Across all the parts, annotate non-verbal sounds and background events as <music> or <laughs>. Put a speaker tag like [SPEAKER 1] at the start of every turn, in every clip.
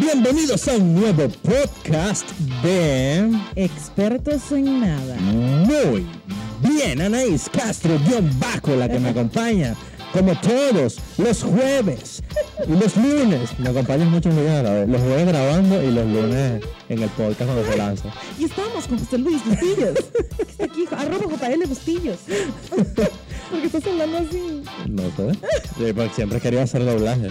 [SPEAKER 1] Bienvenidos a un nuevo podcast de
[SPEAKER 2] Expertos en nada.
[SPEAKER 1] Muy bien, Anaís Castro, guión bajo, la que me acompaña. Como todos, los jueves y los lunes. Me acompañas mucho muy bien a la vez. Los jueves grabando y los lunes en el podcast cuando se lanza.
[SPEAKER 2] Y estamos con José Luis Bustillos. <laughs> que está aquí, arroba JL Bustillos. <laughs> Porque estás hablando así.
[SPEAKER 1] No sé. Sí, porque siempre he querido hacer doblaje.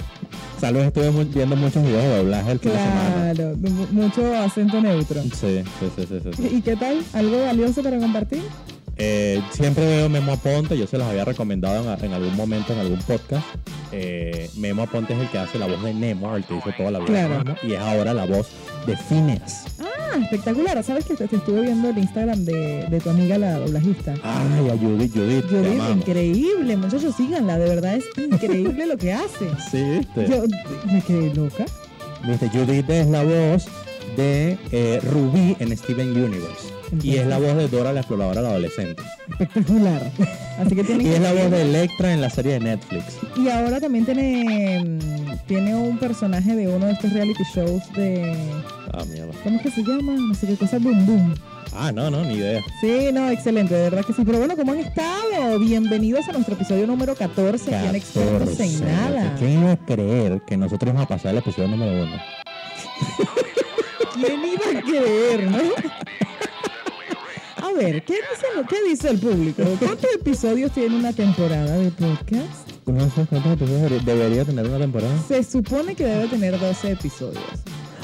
[SPEAKER 1] Salvo estuve mu- viendo muchos videos de doblaje el fin de semana.
[SPEAKER 2] Claro, mu- mucho acento neutro.
[SPEAKER 1] Sí, sí, sí, sí, sí, sí.
[SPEAKER 2] ¿Y qué tal? ¿Algo valioso para compartir?
[SPEAKER 1] Eh, siempre veo Memo Aponte, yo se los había recomendado en, a- en algún momento, en algún podcast. Eh, Memo Aponte es el que hace la voz de Nemo, el que hizo toda la voz de
[SPEAKER 2] Claro.
[SPEAKER 1] Nemo, y es ahora la voz de Phineas.
[SPEAKER 2] Ah, espectacular. ¿Sabes que te, te estuve viendo el Instagram de, de tu amiga la doblajista?
[SPEAKER 1] Ay, a Judith, Judith,
[SPEAKER 2] Yo
[SPEAKER 1] te
[SPEAKER 2] digo,
[SPEAKER 1] amamos.
[SPEAKER 2] increíble, muchachos, síganla. De verdad es increíble lo que hace.
[SPEAKER 1] Sí, viste.
[SPEAKER 2] Yo me quedé loca.
[SPEAKER 1] Viste, Judith es la voz de eh, Rubí en Steven Universe. Y es la voz de Dora la exploradora la adolescente.
[SPEAKER 2] Espectacular. Así que tienen
[SPEAKER 1] Y
[SPEAKER 2] que
[SPEAKER 1] es la voz
[SPEAKER 2] seguirla.
[SPEAKER 1] de Electra en la serie de Netflix.
[SPEAKER 2] Y ahora también tiene, mm, tiene un personaje de uno de estos reality shows de.
[SPEAKER 1] Ah, mierda.
[SPEAKER 2] ¿Cómo es que se llama? No sé qué cosa, Boom Boom.
[SPEAKER 1] Ah, no, no, ni idea.
[SPEAKER 2] Sí, no, excelente, de verdad que sí. Pero bueno, ¿cómo han estado? Bienvenidos a nuestro episodio número 14, aquí en Expertos
[SPEAKER 1] 14,
[SPEAKER 2] en Nada.
[SPEAKER 1] ¿Quién iba a creer que nosotros íbamos a pasar el episodio número uno?
[SPEAKER 2] ¿Quién iba a creer, no? A ver, ¿qué dice, qué dice el público? ¿Cuántos episodios tiene una temporada de podcast?
[SPEAKER 1] No sé cuántos episodios debería- debería tener una temporada.
[SPEAKER 2] Se supone que debe tener 12 episodios.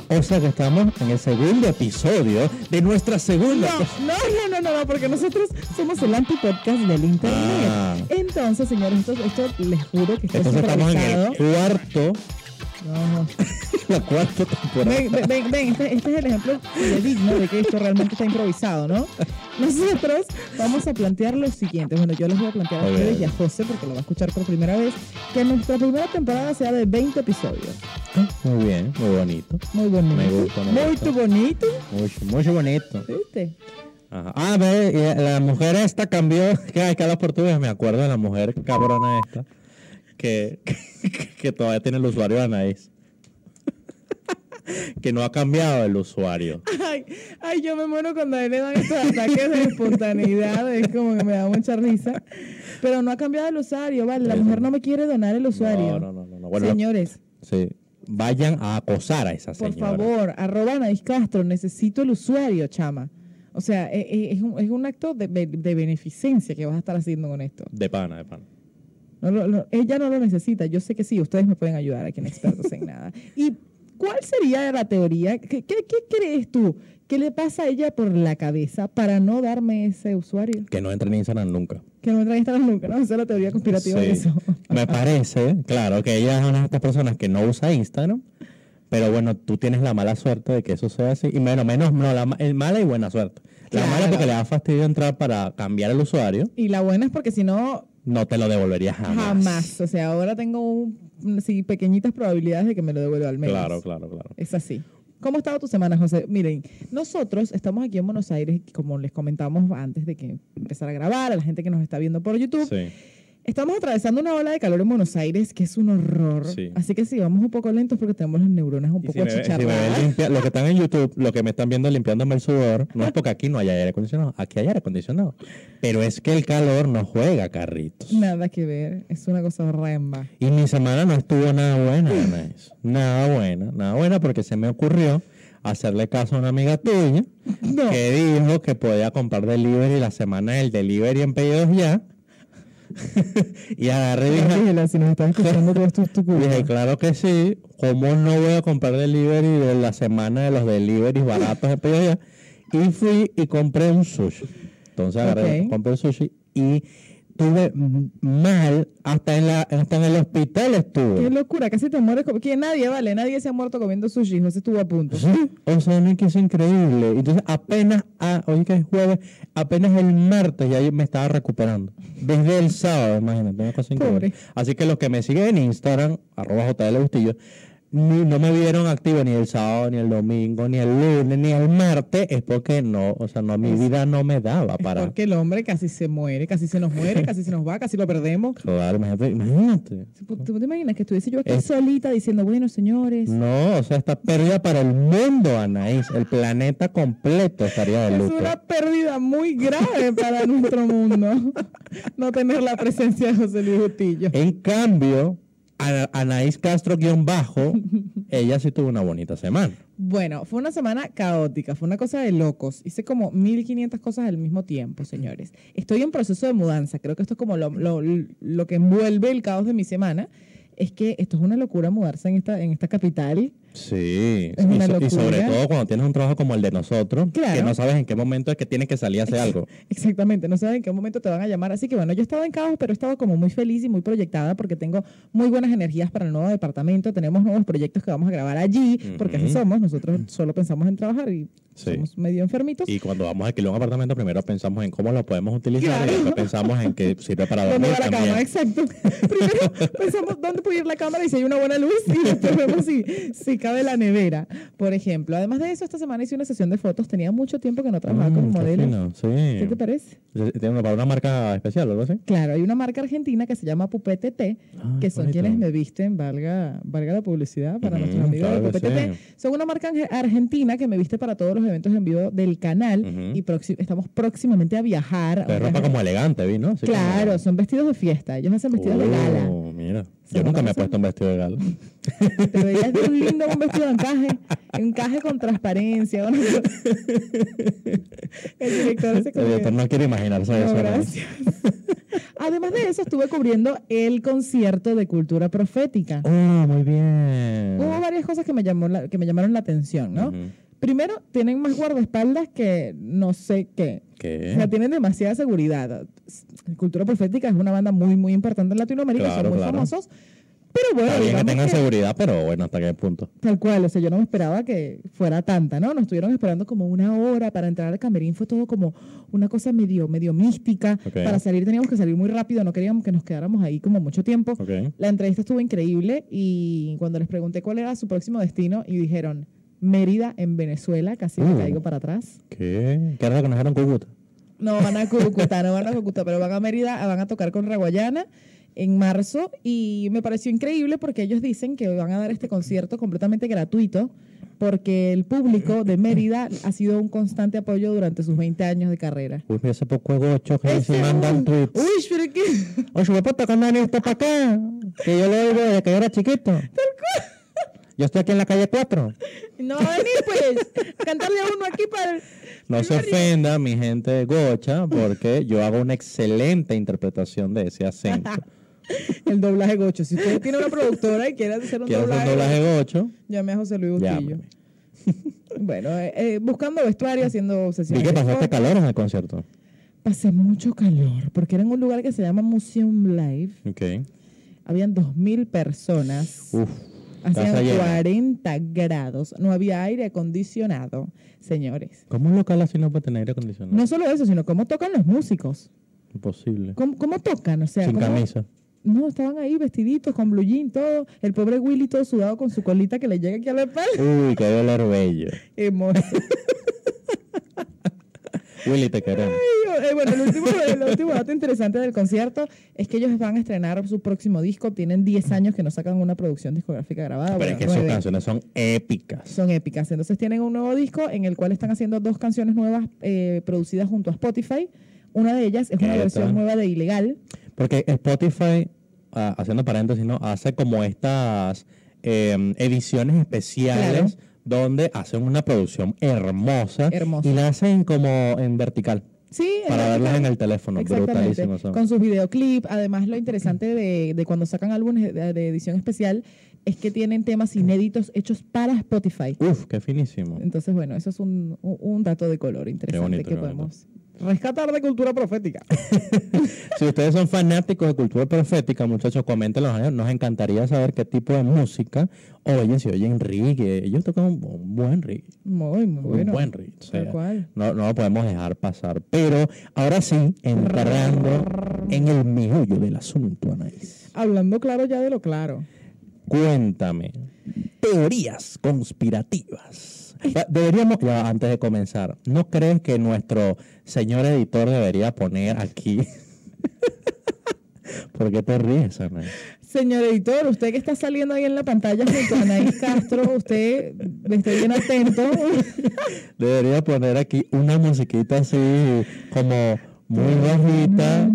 [SPEAKER 1] O sea que estamos en el segundo episodio de nuestra segunda.
[SPEAKER 2] No, no, no, no, no, no, porque nosotros somos el antipodcast del internet.
[SPEAKER 1] Ah.
[SPEAKER 2] Entonces, señores, esto, esto les juro que está
[SPEAKER 1] Entonces estamos en
[SPEAKER 2] supervisado.
[SPEAKER 1] el cuarto,
[SPEAKER 2] No, no.
[SPEAKER 1] la cuarta temporada.
[SPEAKER 2] Ven, ven, ven, ven, este, este es el ejemplo digno de que esto realmente está improvisado, ¿no? Nosotros vamos a plantear lo siguiente. Bueno, yo les voy a plantear a
[SPEAKER 1] A ver.
[SPEAKER 2] ustedes y a José, porque lo va a escuchar por primera vez, que nuestra primera temporada sea de 20 episodios.
[SPEAKER 1] Muy bien, muy bonito.
[SPEAKER 2] Muy bonito.
[SPEAKER 1] Me gusta, me
[SPEAKER 2] Muy
[SPEAKER 1] gusta.
[SPEAKER 2] bonito.
[SPEAKER 1] Mucho, mucho bonito.
[SPEAKER 2] ¿Viste?
[SPEAKER 1] Ajá. Ah, ve, y la mujer esta cambió. <laughs> Cada que hablas portugués me acuerdo de la mujer cabrona esta que, <laughs> que, todavía tiene el usuario de Anaís. <laughs> que no ha cambiado el usuario.
[SPEAKER 2] Ay, ay, yo me muero cuando a él le dan estos ataques de espontaneidad, es como que me da mucha risa. Pero no ha cambiado el usuario, vale, la
[SPEAKER 1] Eso.
[SPEAKER 2] mujer no me quiere donar el usuario.
[SPEAKER 1] No, no, no, no, bueno, lo-
[SPEAKER 2] Señores,
[SPEAKER 1] Sí. Vayan a acosar a esa
[SPEAKER 2] por
[SPEAKER 1] señora.
[SPEAKER 2] favor, arroba Anaís Castro, necesito el usuario, chama. O sea, e- e- es un, es un acto de, be- de beneficencia que vas a estar haciendo con esto.
[SPEAKER 1] De pana, de pana.
[SPEAKER 2] No lo- lo- ella no lo necesita, yo sé que sí, ustedes me pueden ayudar aquí en Expertos
[SPEAKER 1] <laughs>
[SPEAKER 2] en Nada. ¿Y cuál sería la teoría? ¿Qué, qué, qué crees tú? ¿Qué le pasa a ella por la cabeza para no darme ese usuario?
[SPEAKER 1] Que no entren en Instagram nunca.
[SPEAKER 2] Que no me entrevistaron nunca, ¿no? Esa es la teoría conspirativa
[SPEAKER 1] Sí.
[SPEAKER 2] de eso.
[SPEAKER 1] Me parece, claro, que ella es una de estas personas que no usa Instagram, pero bueno, tú tienes la mala suerte de que eso sea así. Y menos, menos, no, la ma- el mala y buena suerte. La mala
[SPEAKER 2] Claro.
[SPEAKER 1] porque le da fastidio entrar para cambiar el usuario,
[SPEAKER 2] Y la buena es porque si no,
[SPEAKER 1] no te lo devolverías jamás.
[SPEAKER 2] jamás. O sea, ahora tengo un- sí, pequeñitas probabilidades de que me lo devuelva al menos.
[SPEAKER 1] Claro, claro, claro.
[SPEAKER 2] Es así. ¿Cómo ha estado tu semana, José? Miren, nosotros estamos aquí en Buenos Aires, como les comentamos antes de que empezara a grabar, a la gente que nos está viendo por YouTube.
[SPEAKER 1] Sí.
[SPEAKER 2] Estamos atravesando una ola de calor en Buenos Aires que es un horror.
[SPEAKER 1] Sí.
[SPEAKER 2] Así que sí, vamos un poco lentos porque tenemos las neuronas un
[SPEAKER 1] Y si
[SPEAKER 2] poco
[SPEAKER 1] me, ve- si me
[SPEAKER 2] achicharradas.
[SPEAKER 1] ven limpia- los que están en YouTube, los que me están viendo limpiándome el sudor, no es porque aquí no haya aire acondicionado, aquí hay aire acondicionado. Pero es que el calor no juega, carritos.
[SPEAKER 2] Nada que ver, es una cosa horrenda.
[SPEAKER 1] Y mi semana no estuvo nada buena, Anaís. Nada buena, nada buena, porque se me ocurrió hacerle caso a una amiga tuya
[SPEAKER 2] No.
[SPEAKER 1] que dijo que podía comprar delivery la semana del delivery en pedidos ya. <laughs> y agarré y dije,
[SPEAKER 2] Ángela, si nos estás escuchando, todo esto es tu culpa.
[SPEAKER 1] dije, claro que sí, ¿cómo no voy a comprar delivery de la semana de los deliveries baratos en pedidos ya? Y fui y compré un sushi. Entonces agarré,
[SPEAKER 2] Ok.
[SPEAKER 1] compré el sushi y tuve mal, hasta en, la, hasta en el hospital estuve.
[SPEAKER 2] Qué locura, casi te mueres. co- Que nadie, vale, nadie se ha muerto comiendo sushi. José estuvo a punto.
[SPEAKER 1] Sí, o sea, no es que es increíble. Entonces, apenas, a, hoy que es jueves, apenas el martes ya yo me estaba recuperando. Desde el sábado, imagínate, una cosa increíble.
[SPEAKER 2] Pobre.
[SPEAKER 1] Así que los que me siguen en Instagram, arroba JL Bustillo, ni- no me vieron activo ni el sábado, ni el domingo, ni el lunes, ni el martes, es porque no, o sea, no, mi vida no me daba
[SPEAKER 2] Es
[SPEAKER 1] para...
[SPEAKER 2] Porque el hombre casi se muere, casi se nos muere, casi se nos va, casi
[SPEAKER 1] <laughs>
[SPEAKER 2] lo perdemos.
[SPEAKER 1] Claro, imagínate, imagínate.
[SPEAKER 2] ¿Tú tú te imaginas que estuviese yo aquí
[SPEAKER 1] Es-
[SPEAKER 2] solita diciendo, bueno, señores,
[SPEAKER 1] No, o sea, esta pérdida para el mundo, Anaís, el planeta completo estaría de
[SPEAKER 2] Es
[SPEAKER 1] luto.
[SPEAKER 2] una pérdida muy grave para nuestro mundo. No tener la presencia de José Luis Bustillo.
[SPEAKER 1] En cambio, Ana- Anaís Castro guión
[SPEAKER 2] <laughs>
[SPEAKER 1] bajo, ella sí tuvo una bonita semana.
[SPEAKER 2] Bueno, fue una semana caótica, fue una cosa de locos. Hice como 1500 cosas al mismo tiempo, señores. Estoy en proceso de mudanza. Creo que esto es como lo, lo- lo que envuelve el caos de mi semana. Es que esto es una locura mudarse en esta, en esta capital.
[SPEAKER 1] Sí,
[SPEAKER 2] Es
[SPEAKER 1] y
[SPEAKER 2] una
[SPEAKER 1] so- y, sobre
[SPEAKER 2] locura.
[SPEAKER 1] todo cuando tienes un trabajo como el de nosotros, que
[SPEAKER 2] Claro.
[SPEAKER 1] no sabes en qué momento es que tienes que salir a hacer algo.
[SPEAKER 2] Exactamente, no sabes en qué momento te van a llamar. Así que bueno, yo estaba en caos, pero estaba como muy feliz y muy proyectada porque tengo muy buenas energías para el nuevo departamento. Tenemos nuevos proyectos que vamos a grabar allí, porque así
[SPEAKER 1] Ujú.
[SPEAKER 2] somos. Nosotros solo pensamos en trabajar y
[SPEAKER 1] Sí.
[SPEAKER 2] somos medio enfermitos.
[SPEAKER 1] Y cuando vamos a alquilar un apartamento, primero pensamos en cómo lo podemos utilizar y después
[SPEAKER 2] Claro.
[SPEAKER 1] pensamos en qué sirve para
[SPEAKER 2] ¿Dónde
[SPEAKER 1] dormir
[SPEAKER 2] va la
[SPEAKER 1] también.
[SPEAKER 2] cámara? Exacto. <laughs> Primero pensamos dónde puede ir la cámara y si hay una buena luz y después vemos si, si cabe la nevera, por ejemplo. Además de eso, esta semana hice una sesión de fotos. Tenía mucho tiempo que no trabajaba
[SPEAKER 1] Mm,
[SPEAKER 2] como
[SPEAKER 1] qué
[SPEAKER 2] modelo.
[SPEAKER 1] fino,
[SPEAKER 2] ¿Qué te
[SPEAKER 1] Sí.
[SPEAKER 2] parece? Ah,
[SPEAKER 1] ¿Tiene una, para una marca especial o algo así?
[SPEAKER 2] Claro, hay una marca argentina que se llama Pupete T,
[SPEAKER 1] Ah,
[SPEAKER 2] que son
[SPEAKER 1] bonito.
[SPEAKER 2] quienes me visten, valga, valga la publicidad para
[SPEAKER 1] Ujú,
[SPEAKER 2] nuestros amigos
[SPEAKER 1] claro
[SPEAKER 2] de
[SPEAKER 1] que
[SPEAKER 2] Pupete T.
[SPEAKER 1] sí.
[SPEAKER 2] Son una marca ange- argentina que me viste para todos los eventos en vivo del canal
[SPEAKER 1] Ujú.
[SPEAKER 2] y próxi- estamos próximamente a viajar. a
[SPEAKER 1] Pero es
[SPEAKER 2] otras-
[SPEAKER 1] ropa como elegante, ¿vi? ¿no? Así como-
[SPEAKER 2] Claro, son vestidos de fiesta, ellos hacen vestidos de gala.
[SPEAKER 1] Oh, Mira,
[SPEAKER 2] Se
[SPEAKER 1] yo nunca
[SPEAKER 2] nota
[SPEAKER 1] me he
[SPEAKER 2] que
[SPEAKER 1] puesto un vestido de gala.
[SPEAKER 2] Te veías bien lindo con un vestido de encaje, encaje con
[SPEAKER 1] <laughs>
[SPEAKER 2] transparencia. una cosa- El director <laughs> se
[SPEAKER 1] El
[SPEAKER 2] comió.
[SPEAKER 1] director no quiere imaginarse
[SPEAKER 2] No,
[SPEAKER 1] Ah, eso. ¿no?
[SPEAKER 2] gracias. <laughs> Además de eso, estuve cubriendo el concierto de cultura profética.
[SPEAKER 1] Oh, muy bien.
[SPEAKER 2] Hubo varias cosas que me, llamó la- que me llamaron la atención, ¿no?
[SPEAKER 1] Ujú.
[SPEAKER 2] Primero, tienen más guardaespaldas que no sé qué. O sea,
[SPEAKER 1] ¿Qué?
[SPEAKER 2] tienen demasiada seguridad. Cultura Profética es una banda muy, muy importante en Latinoamérica,
[SPEAKER 1] Claro,
[SPEAKER 2] son muy
[SPEAKER 1] claro.
[SPEAKER 2] famosos. Pero bueno,
[SPEAKER 1] Está bien que
[SPEAKER 2] digamos
[SPEAKER 1] tengan
[SPEAKER 2] que-
[SPEAKER 1] seguridad, pero bueno, hasta qué punto.
[SPEAKER 2] Tal cual, o sea, yo no me esperaba que fuera tanta, ¿no? Nos estuvieron esperando como una hora para entrar al camerín, fue todo como una cosa medio, medio mística.
[SPEAKER 1] Ok.
[SPEAKER 2] Para salir teníamos que salir muy rápido, no queríamos que nos quedáramos ahí como mucho tiempo.
[SPEAKER 1] Ok.
[SPEAKER 2] La entrevista estuvo increíble y cuando les pregunté cuál era su próximo destino y dijeron Mérida en Venezuela, casi me
[SPEAKER 1] Uh.
[SPEAKER 2] caigo para atrás.
[SPEAKER 1] ¿Qué? ¿Qué raro que nos dieron Cúcuta?
[SPEAKER 2] No van a Cúcuta, no van a Cúcuta, pero van a Mérida, van a tocar con Raguayana en marzo y me pareció increíble porque ellos dicen que van a dar este concierto completamente gratuito porque el público de Mérida ha sido un constante apoyo durante sus 20 años de carrera.
[SPEAKER 1] Uy, mira, hace poco gocho que se
[SPEAKER 2] Ese-
[SPEAKER 1] mandan tweets.
[SPEAKER 2] Uy, pero qué
[SPEAKER 1] Oye, me puedo tocar esto para acá, que yo lo oigo desde que yo era chiquito. Yo estoy aquí en la calle 4.
[SPEAKER 2] no va a venir pues a cantarle a uno aquí para
[SPEAKER 1] No se ofenda mi gente de gocha, porque yo hago una excelente interpretación de ese <laughs> acento.
[SPEAKER 2] El doblaje gocho. Si usted tiene una productora y quiere hacer un
[SPEAKER 1] Quiero hacer
[SPEAKER 2] doblaje,
[SPEAKER 1] un doblaje gocho. pues.
[SPEAKER 2] llame a José Luis Bustillo.
[SPEAKER 1] Llámame.
[SPEAKER 2] Bueno, eh, eh, buscando
[SPEAKER 1] Ah.
[SPEAKER 2] vestuario, haciendo
[SPEAKER 1] Vi
[SPEAKER 2] sesiones.
[SPEAKER 1] que
[SPEAKER 2] de
[SPEAKER 1] pasaste
[SPEAKER 2] fotos.
[SPEAKER 1] calor en el concierto.
[SPEAKER 2] Pasé mucho calor, porque era en un lugar que se llama Museum Live.
[SPEAKER 1] Ok.
[SPEAKER 2] Habían 2.000 personas.
[SPEAKER 1] Uf. Uh, casa
[SPEAKER 2] Hacían
[SPEAKER 1] llena.
[SPEAKER 2] 40 grados. No había aire acondicionado, señores.
[SPEAKER 1] ¿Cómo un local así no puede tener aire acondicionado?
[SPEAKER 2] No solo eso, sino cómo tocan los músicos.
[SPEAKER 1] Imposible.
[SPEAKER 2] ¿Cómo, cómo tocan? O sea,
[SPEAKER 1] Sin
[SPEAKER 2] cómo-
[SPEAKER 1] camisa.
[SPEAKER 2] No, estaban ahí vestiditos, con blue jean, todo. El pobre Willy todo sudado con su colita que le llega aquí a la espalda.
[SPEAKER 1] <laughs> Uy, qué dolor bello.
[SPEAKER 2] Hermoso.
[SPEAKER 1] Willy, te queremos.
[SPEAKER 2] Ay, eh, bueno, el último, el último dato interesante del concierto es que ellos van a estrenar su próximo disco. Tienen 10 años que no sacan una producción discográfica grabada.
[SPEAKER 1] Pero es
[SPEAKER 2] bueno,
[SPEAKER 1] que sus
[SPEAKER 2] nueve.
[SPEAKER 1] canciones son épicas.
[SPEAKER 2] Son épicas. Entonces tienen un nuevo disco en el cual están haciendo dos canciones nuevas eh, producidas junto a Spotify. Una de ellas es una
[SPEAKER 1] ¿Qué
[SPEAKER 2] versión
[SPEAKER 1] tal?
[SPEAKER 2] nueva de Ilegal.
[SPEAKER 1] Porque Spotify, ah, haciendo paréntesis, ¿no? Hace como estas eh, ediciones especiales donde hacen una producción hermosa.
[SPEAKER 2] Hermosa.
[SPEAKER 1] Y la hacen como en vertical.
[SPEAKER 2] Sí, es
[SPEAKER 1] para
[SPEAKER 2] la
[SPEAKER 1] verlas
[SPEAKER 2] que-
[SPEAKER 1] en el teléfono.
[SPEAKER 2] Exactamente,
[SPEAKER 1] Brutalísimo. son.
[SPEAKER 2] con sus videoclips. Además, lo interesante de, de cuando sacan álbumes de, de edición especial es que tienen temas inéditos hechos para Spotify.
[SPEAKER 1] Uf, qué finísimo.
[SPEAKER 2] Entonces, bueno, eso es un, un- un dato de color interesante
[SPEAKER 1] bonito,
[SPEAKER 2] que
[SPEAKER 1] qué bonito.
[SPEAKER 2] podemos rescatar de cultura profética.
[SPEAKER 1] Si ustedes son fanáticos de cultura profética, muchachos, coméntenos. Nos encantaría saber qué tipo de música oyen. Si oyen reggae. Ellos tocan un- un buen reggae.
[SPEAKER 2] Muy, muy
[SPEAKER 1] un
[SPEAKER 2] bueno.
[SPEAKER 1] buen ritmo. o sea,
[SPEAKER 2] Tal cual.
[SPEAKER 1] no, no lo podemos dejar pasar. Pero ahora sí, entrando en el meollo del asunto, Anaís.
[SPEAKER 2] Hablando claro ya de lo claro.
[SPEAKER 1] Cuéntame. Teorías conspirativas. Va, Deberíamos, ya, antes de comenzar, ¿no crees que nuestro señor editor debería poner aquí? <laughs> ¿Por qué te ríes, Ana?
[SPEAKER 2] Señor editor, usted que está saliendo ahí en la pantalla junto a Anaís Castro, usted esté bien atento.
[SPEAKER 1] Debería poner aquí una musiquita así, como muy bajita,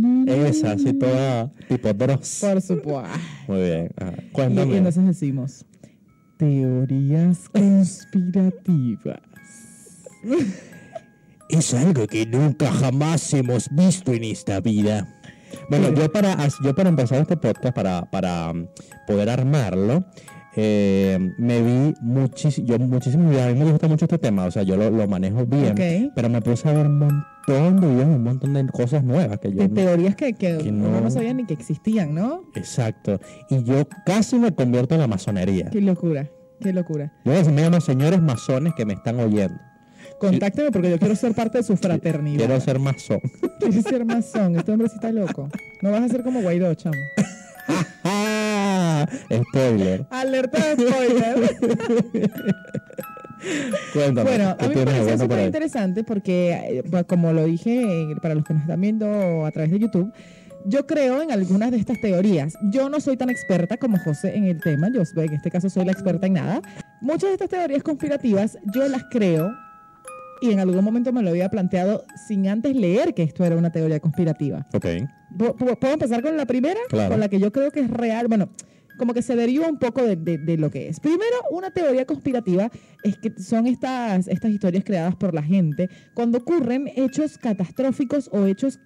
[SPEAKER 1] esa, así toda tipo Dross.
[SPEAKER 2] Por supuesto.
[SPEAKER 1] Muy bien. ajá.
[SPEAKER 2] Y,
[SPEAKER 1] Cuéntame.
[SPEAKER 2] y entonces decimos, teorías conspirativas.
[SPEAKER 1] <laughs> Es algo que nunca jamás hemos visto en esta vida. Bueno, yo para, as- yo para empezar este podcast, para, para mm, poder armarlo, eh, me vi muchis- yo muchísimo, a mí me gusta mucho este tema, o sea, yo lo, lo manejo bien,
[SPEAKER 2] Ok.
[SPEAKER 1] pero me puse a ver un montón de videos, un montón de cosas nuevas que yo...
[SPEAKER 2] Te-
[SPEAKER 1] no-
[SPEAKER 2] teorías que, que
[SPEAKER 1] que
[SPEAKER 2] uno
[SPEAKER 1] no-
[SPEAKER 2] no sabía ni que existían, ¿no?
[SPEAKER 1] Exacto. Y yo casi me convierto en la masonería.
[SPEAKER 2] Qué locura, qué locura.
[SPEAKER 1] Yo voy a decirme a los señores masones que me están oyendo.
[SPEAKER 2] Contácteme porque yo quiero ser parte de su fraternidad.
[SPEAKER 1] Quiero ser masón.
[SPEAKER 2] <laughs> Quiero ser masón. Este hombre sí está loco. No vas a ser como Guaidó, chamo.
[SPEAKER 1] ¡Ah! Spoiler.
[SPEAKER 2] Alerta de <laughs> spoiler.
[SPEAKER 1] Cuéntame.
[SPEAKER 2] bueno,
[SPEAKER 1] ¿qué
[SPEAKER 2] a mí me
[SPEAKER 1] tienes de
[SPEAKER 2] pareció
[SPEAKER 1] bueno por
[SPEAKER 2] súper
[SPEAKER 1] ahí?
[SPEAKER 2] interesante porque, eh, pues, como lo dije eh, para los que nos están viendo a través de YouTube, yo creo en algunas de estas teorías. Yo no soy tan experta como José en el tema. Yo en este caso soy la experta en nada. Muchas de estas teorías conspirativas yo las creo y en algún momento me lo había planteado sin antes leer que esto era una teoría conspirativa.
[SPEAKER 1] Ok.
[SPEAKER 2] ¿Puedo- pues, ¿Puedo puedo empezar con la primera?
[SPEAKER 1] Claro.
[SPEAKER 2] Con la que yo creo que es real. Bueno, como que se deriva un poco de, de- de lo que es. Primero, una teoría conspirativa es que son estas, estas historias creadas por la gente cuando ocurren hechos catastróficos o hechos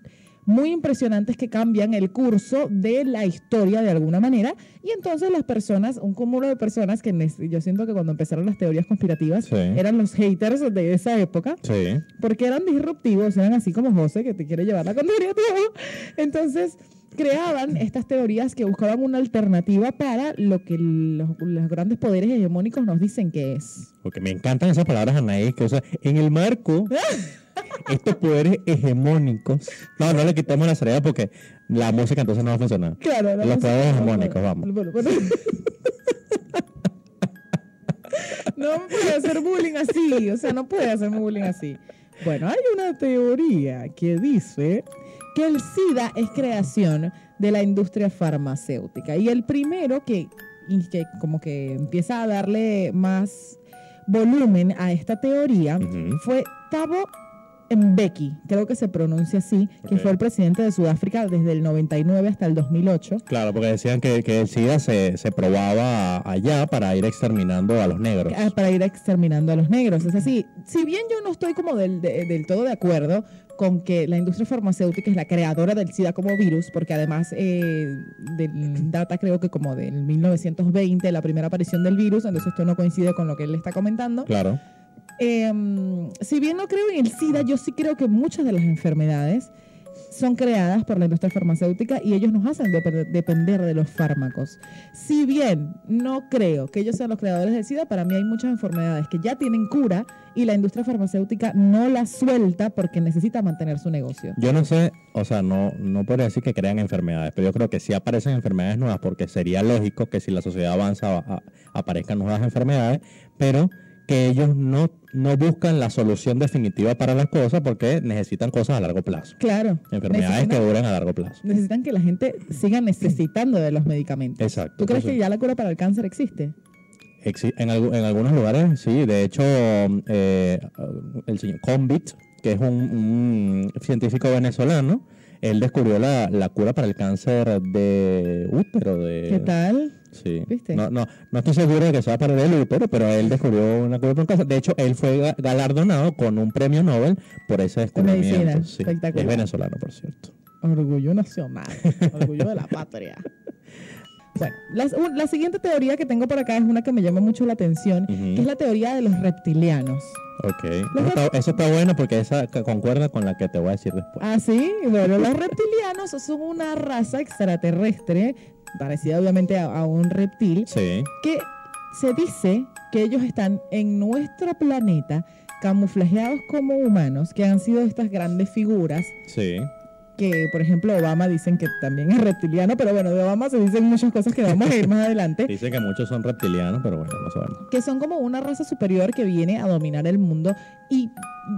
[SPEAKER 2] muy impresionantes que cambian el curso de la historia de alguna manera. Y entonces las personas, un cúmulo de personas que nes- yo siento que cuando empezaron las teorías conspirativas
[SPEAKER 1] Sí.
[SPEAKER 2] eran los haters de esa época
[SPEAKER 1] Sí.
[SPEAKER 2] porque eran disruptivos, eran así como José, que te quiere llevar la contraria a todo. Entonces, creaban estas teorías que buscaban una alternativa para lo que los, los grandes poderes hegemónicos nos dicen que es.
[SPEAKER 1] Porque me encantan esas palabras, Anaís, que o sea, en el
[SPEAKER 2] <laughs>
[SPEAKER 1] marco, estos poderes hegemónicos. No, no le quitemos la seriedad porque la música entonces no va a funcionar.
[SPEAKER 2] Claro,
[SPEAKER 1] Los
[SPEAKER 2] música-
[SPEAKER 1] poderes hegemónicos, vamos.
[SPEAKER 2] Bueno, <laughs> bueno. No me puede hacer bullying así, o sea, no puede hacerme bullying así. Bueno, hay una teoría que dice que el SIDA es creación de la industria farmacéutica y el primero que, y que como que empieza a darle más volumen a esta teoría
[SPEAKER 1] Ujú.
[SPEAKER 2] fue Thabo Mbeki, creo que se pronuncia así, que
[SPEAKER 1] Ok.
[SPEAKER 2] fue el presidente de Sudáfrica desde el 99 hasta el 2008.
[SPEAKER 1] Claro, porque decían que, que el SIDA se, se probaba allá para ir exterminando a los negros.
[SPEAKER 2] Ah, para ir exterminando a los negros. Es así, si bien yo no estoy como del, de- del todo de acuerdo con que la industria farmacéutica es la creadora del SIDA como virus, porque además eh, del data creo que como del 1920, la primera aparición del virus, entonces esto no coincide con lo que él está comentando.
[SPEAKER 1] Claro.
[SPEAKER 2] Em, si bien no creo en el SIDA, yo sí creo que muchas de las enfermedades son creadas por la industria farmacéutica y ellos nos hacen dep- depender de los fármacos. Si bien no creo que ellos sean los creadores del SIDA, para mí hay muchas enfermedades que ya tienen cura y la industria farmacéutica no las suelta porque necesita mantener su negocio.
[SPEAKER 1] Yo no sé, o sea, no, no podría decir que crean enfermedades, pero yo creo que sí aparecen enfermedades nuevas, porque sería lógico que si la sociedad avanza va- a- aparezcan nuevas enfermedades, pero que ellos no, no buscan la solución definitiva para las cosas porque necesitan cosas a largo plazo.
[SPEAKER 2] Claro.
[SPEAKER 1] Enfermedades que
[SPEAKER 2] necesitan,
[SPEAKER 1] duran a largo plazo.
[SPEAKER 2] necesitan que la gente siga necesitando de los medicamentos.
[SPEAKER 1] Exacto.
[SPEAKER 2] ¿Tú crees que
[SPEAKER 1] Entonces,
[SPEAKER 2] ya la cura para el cáncer existe?
[SPEAKER 1] exi- en, algu- en algunos lugares sí, de hecho, eh, el señor Convit, que es un, un científico venezolano, él descubrió la, la cura para el cáncer de útero. De,
[SPEAKER 2] ¿Qué tal?
[SPEAKER 1] Sí.
[SPEAKER 2] ¿Viste?
[SPEAKER 1] No, no, no estoy seguro de que sea para el útero, pero él descubrió una cura por cáncer. De hecho, él fue ga- galardonado con un premio Nobel por ese descubrimiento.
[SPEAKER 2] medicina.
[SPEAKER 1] Sí.
[SPEAKER 2] Espectacular.
[SPEAKER 1] Es venezolano, por cierto.
[SPEAKER 2] Orgullo nacional, orgullo de la patria. Bueno, las- un- la siguiente teoría que tengo por acá es una que me llama mucho la atención,
[SPEAKER 1] Ujú.
[SPEAKER 2] que es la teoría de los reptilianos.
[SPEAKER 1] Ok.
[SPEAKER 2] Los
[SPEAKER 1] Eso está, eso está bueno porque esa ca- concuerda con la que te voy a decir después.
[SPEAKER 2] Ah, sí, bueno, los reptilianos son una raza extraterrestre, parecida obviamente a, a un reptil,
[SPEAKER 1] Sí.
[SPEAKER 2] que se dice que ellos están en nuestro planeta camuflajeados como humanos, que han sido estas grandes figuras
[SPEAKER 1] Sí.
[SPEAKER 2] que, por ejemplo, Obama dicen que también es reptiliano, pero bueno, de Obama se dicen muchas cosas que vamos a ir
[SPEAKER 1] <laughs>
[SPEAKER 2] más adelante,
[SPEAKER 1] Dice que muchos son reptilianos, pero bueno, no sabemos.
[SPEAKER 2] que son como una raza superior que viene a dominar el mundo y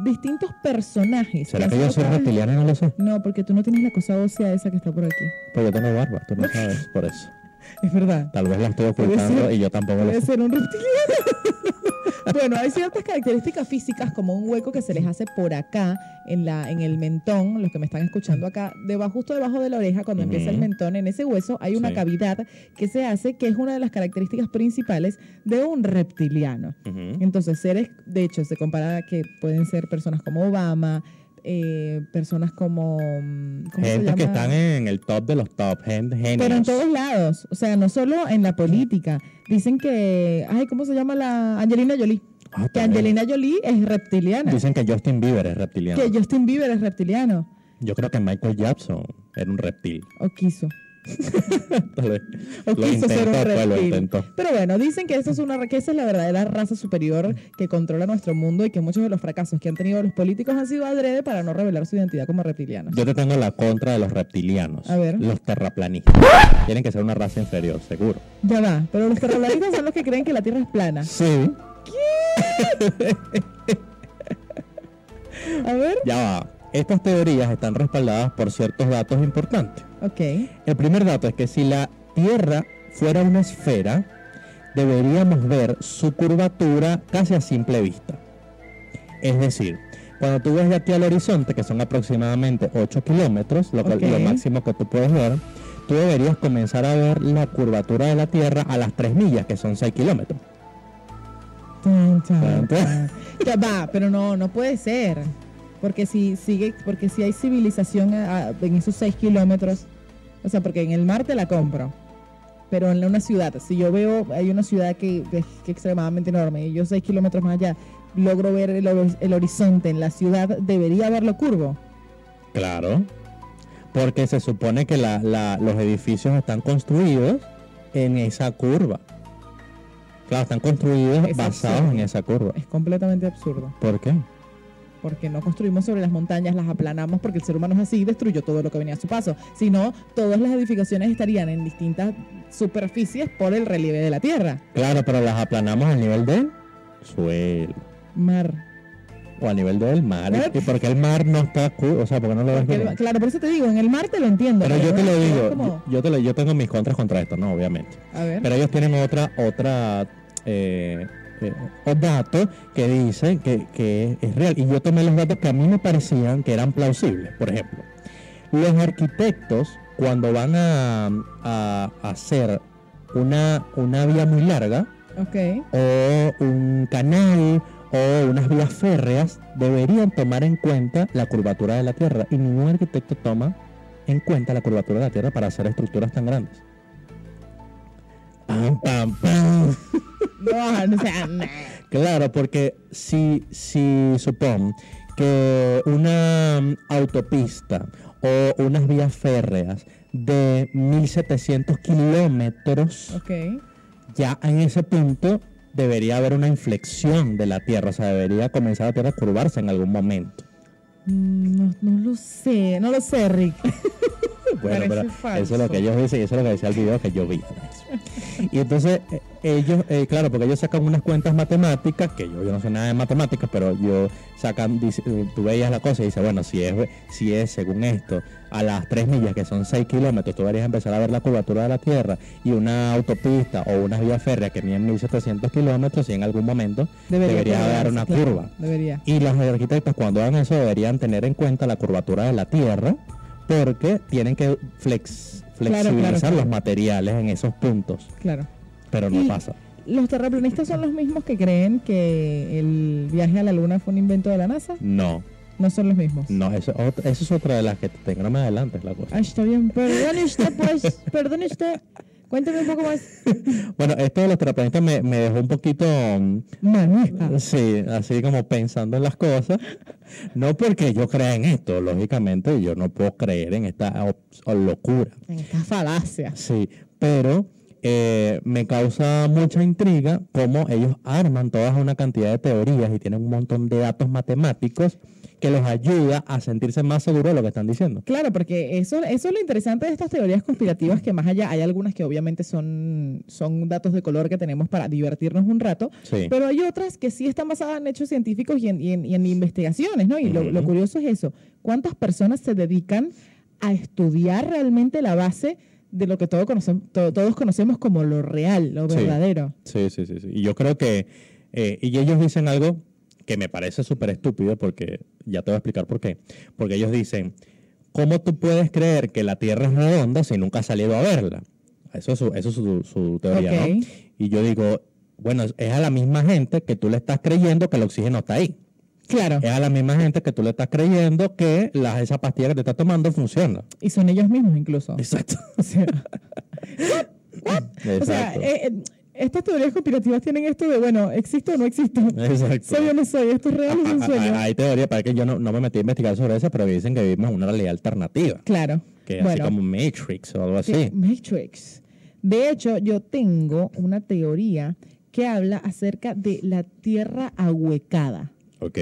[SPEAKER 2] distintos personajes.
[SPEAKER 1] ¿Será
[SPEAKER 2] han
[SPEAKER 1] que yo
[SPEAKER 2] sido
[SPEAKER 1] soy
[SPEAKER 2] capaces-
[SPEAKER 1] reptiliano y no lo sé?
[SPEAKER 2] No, porque tú no tienes la cosa ósea esa que está por aquí.
[SPEAKER 1] Porque yo tengo barba, tú no sabes, por eso.
[SPEAKER 2] Es verdad.
[SPEAKER 1] Tal vez la estoy
[SPEAKER 2] Puede
[SPEAKER 1] ocultando
[SPEAKER 2] ser.
[SPEAKER 1] y yo tampoco lo
[SPEAKER 2] Puede
[SPEAKER 1] sé.
[SPEAKER 2] ser un reptiliano. <laughs> bueno, hay ciertas características físicas como un hueco que se les hace por acá, en, la, en el mentón, los que me están escuchando acá, debajo, justo debajo de la oreja, cuando empieza el
[SPEAKER 1] Ujú.
[SPEAKER 2] mentón, en ese hueso hay una
[SPEAKER 1] Sí.
[SPEAKER 2] cavidad que se hace, que es una de las características principales de un reptiliano.
[SPEAKER 1] Ujú.
[SPEAKER 2] Entonces, seres, de hecho, se compara que pueden ser personas como Obama, eh, personas como... mm, ¿cómo se
[SPEAKER 1] Gente que
[SPEAKER 2] llama?
[SPEAKER 1] están en el top de los top, gente, genios.
[SPEAKER 2] Pero en todos lados, o sea, no solo en la política. Dicen que, ay, ¿cómo se llama la Angelina Jolie?
[SPEAKER 1] Ah,
[SPEAKER 2] Que
[SPEAKER 1] también.
[SPEAKER 2] Angelina Jolie es reptiliana.
[SPEAKER 1] Dicen que Justin Bieber es reptiliano.
[SPEAKER 2] Que Justin Bieber es reptiliano.
[SPEAKER 1] Yo creo que Michael Jackson era un
[SPEAKER 2] <laughs>
[SPEAKER 1] reptil.
[SPEAKER 2] O quiso.
[SPEAKER 1] Tal vez.
[SPEAKER 2] O
[SPEAKER 1] Lo
[SPEAKER 2] quiso ser
[SPEAKER 1] intentó,
[SPEAKER 2] un
[SPEAKER 1] pues, lo
[SPEAKER 2] reptil.
[SPEAKER 1] intentó.
[SPEAKER 2] Pero bueno, dicen que esa es una que esa es la verdadera raza superior que controla nuestro mundo y que muchos de los fracasos que han tenido los políticos han sido adrede para no revelar su identidad como reptilianos.
[SPEAKER 1] Yo te tengo la contra de los reptilianos.
[SPEAKER 2] A ver.
[SPEAKER 1] Los
[SPEAKER 2] <laughs>
[SPEAKER 1] terraplanistas. Tienen que ser una raza inferior, seguro.
[SPEAKER 2] Ya va, pero los terroristas son los que creen que la Tierra es plana.
[SPEAKER 1] Sí.
[SPEAKER 2] A ver,
[SPEAKER 1] Ya va. Estas teorías están respaldadas por ciertos datos importantes.
[SPEAKER 2] ok.
[SPEAKER 1] El primer dato es que si la Tierra fuera una esfera, deberíamos ver su curvatura casi a simple vista. Es decir, cuando tú ves de aquí al horizonte, que son aproximadamente 8 kilómetros, lo, cual-
[SPEAKER 2] Ok.
[SPEAKER 1] lo máximo que tú puedes ver, tú deberías comenzar a ver la curvatura de la Tierra a las 3 millas, que son 6 kilómetros.
[SPEAKER 2] Tan, tan,
[SPEAKER 1] Tan,
[SPEAKER 2] tan. Ya va, pero no, no puede ser. Porque si sigue, porque si hay civilización eh, a- a- en esos seis kilómetros, o sea, porque en el mar te la compro. Pero en una ciudad, si yo veo, hay una ciudad que que es extremadamente enorme, y yo seis kilómetros más allá, logro ver el, hor- el horizonte en la ciudad, debería verlo curvo.
[SPEAKER 1] Claro. Porque se supone que la- la- los edificios están construidos en esa curva. Claro, están construidos
[SPEAKER 2] Es
[SPEAKER 1] basados
[SPEAKER 2] absurdo.
[SPEAKER 1] en esa curva.
[SPEAKER 2] Es completamente absurdo.
[SPEAKER 1] ¿Por qué?
[SPEAKER 2] porque no construimos sobre las montañas, las aplanamos porque el ser humano es así y destruyó todo lo que venía a su paso, sino todas las edificaciones estarían en distintas superficies por el relieve de la tierra,
[SPEAKER 1] Claro, pero las aplanamos al nivel del suelo
[SPEAKER 2] mar.
[SPEAKER 1] o a nivel del mar.
[SPEAKER 2] Claro.
[SPEAKER 1] ¿Y por qué el mar no está cu- O sea, ¿por qué no lo ves?
[SPEAKER 2] Porque el-
[SPEAKER 1] bien?
[SPEAKER 2] claro, por eso te digo, en el mar te lo entiendo.
[SPEAKER 1] Pero yo te
[SPEAKER 2] en
[SPEAKER 1] lo
[SPEAKER 2] la ciudad
[SPEAKER 1] digo,
[SPEAKER 2] es como-
[SPEAKER 1] yo, yo te lo- yo tengo mis contras contra esto, ¿no? Obviamente.
[SPEAKER 2] a ver,
[SPEAKER 1] Pero ellos tienen otra, otra eh, eh, o dato que dicen que, que es real. Y yo tomé los datos que a mí me parecían que eran plausibles. Por ejemplo, los arquitectos cuando van a, a hacer una, una vía muy larga
[SPEAKER 2] ok,
[SPEAKER 1] o un canal o unas vías férreas deberían tomar en cuenta la curvatura de la Tierra y ningún arquitecto toma en cuenta la curvatura de la Tierra para hacer estructuras tan grandes. Pam, pam, pam.
[SPEAKER 2] no, no, o sea, <laughs> nah.
[SPEAKER 1] Claro, porque si, si supón que una mm, autopista o unas vías férreas de 1700 kilómetros
[SPEAKER 2] ok,
[SPEAKER 1] ya en ese punto debería haber una inflexión de la Tierra, o sea, debería comenzar la Tierra a curvarse en algún momento.
[SPEAKER 2] Mm, no, no lo sé, no lo sé, Rick.
[SPEAKER 1] Bueno,
[SPEAKER 2] Parece
[SPEAKER 1] pero eso es lo
[SPEAKER 2] falso.
[SPEAKER 1] que ellos dicen y eso es lo que decía el video que yo vi. Y entonces eh, ellos, eh, claro, porque ellos sacan unas cuentas matemáticas, que yo, yo no sé nada de matemáticas, pero yo sacan, dice, eh, tú veías la cosa y dices, bueno, si es, si es según esto, a las 3 millas, que son 6 kilómetros, tú deberías empezar a ver la curvatura de la Tierra y una autopista o unas vías férreas que miden 1700 kilómetros y en algún momento debería haber
[SPEAKER 2] curvarse,
[SPEAKER 1] una
[SPEAKER 2] claro,
[SPEAKER 1] curva.
[SPEAKER 2] Debería.
[SPEAKER 1] Y los arquitectos cuando hagan eso deberían tener en cuenta la curvatura de la Tierra porque tienen que flex-
[SPEAKER 2] Claro,
[SPEAKER 1] flexibilizar
[SPEAKER 2] claro, claro.
[SPEAKER 1] los materiales en esos puntos.
[SPEAKER 2] Claro.
[SPEAKER 1] Pero no
[SPEAKER 2] Y-
[SPEAKER 1] pasa.
[SPEAKER 2] ¿Los terraplanistas son los mismos que creen que el viaje a la luna fue un invento de la NASA?
[SPEAKER 1] No,
[SPEAKER 2] No son los mismos.
[SPEAKER 1] no, eso, es ot- eso es otra de las que te tengo más adelante, es la cosa.
[SPEAKER 2] <laughs> Ah, está bien. Perdone usted, pues. Perdone usted. Cuénteme un poco más.
[SPEAKER 1] Bueno, esto de los terraplanistas me, me dejó un poquito, mm,
[SPEAKER 2] Maneja.
[SPEAKER 1] sí, así como pensando en las cosas. No porque yo crea en esto, lógicamente yo no puedo creer en esta obs- locura.
[SPEAKER 2] En esta falacia.
[SPEAKER 1] Sí, pero eh, me causa mucha intriga cómo ellos arman toda una cantidad de teorías y tienen un montón de datos matemáticos que los ayuda a sentirse más seguros de lo que están diciendo.
[SPEAKER 2] Claro, porque eso, eso es lo interesante de estas teorías conspirativas, que más allá hay algunas que obviamente son, son datos de color que tenemos para divertirnos un rato,
[SPEAKER 1] Sí.
[SPEAKER 2] pero hay otras que sí están basadas en hechos científicos y en, y en- y en investigaciones, ¿no? Y lo, lo curioso es eso, ¿cuántas personas se dedican a estudiar realmente la base de lo que todo conoce- to- todos conocemos como lo real, lo
[SPEAKER 1] Sí.
[SPEAKER 2] verdadero?
[SPEAKER 1] Sí, sí, sí, sí. Y yo creo que. eh, y ellos dicen algo que me parece súper estúpido, porque ya te voy a explicar por qué. Porque ellos dicen: ¿Cómo tú puedes creer que la Tierra es redonda si nunca has salido a verla? Eso es su, eso es su, su teoría, ¿no?
[SPEAKER 2] Ok.
[SPEAKER 1] Y yo digo: Bueno, es a la misma gente que tú le estás creyendo que el oxígeno está ahí.
[SPEAKER 2] Claro.
[SPEAKER 1] Es a la misma gente que tú le estás creyendo que la, esa pastilla que te estás tomando funciona.
[SPEAKER 2] Y son ellos mismos incluso.
[SPEAKER 1] Exacto.
[SPEAKER 2] <laughs> O sea,
[SPEAKER 1] Exacto.
[SPEAKER 2] o sea, eh, eh, estas teorías conspirativas tienen esto de, bueno, ¿existo o no existo?
[SPEAKER 1] Exacto.
[SPEAKER 2] ¿Soy o no soy? ¿Esto es real o es un
[SPEAKER 1] Ah, ah, ah,
[SPEAKER 2] sueño?
[SPEAKER 1] Hay teoría, para que yo no, no me metí a investigar sobre eso, pero dicen que vivimos en una realidad alternativa,
[SPEAKER 2] Claro.
[SPEAKER 1] ah. que es así
[SPEAKER 2] bueno,
[SPEAKER 1] como Matrix o algo así.
[SPEAKER 2] que- Matrix. De hecho, yo tengo una teoría que habla acerca de la tierra ahuecada.
[SPEAKER 1] Ok.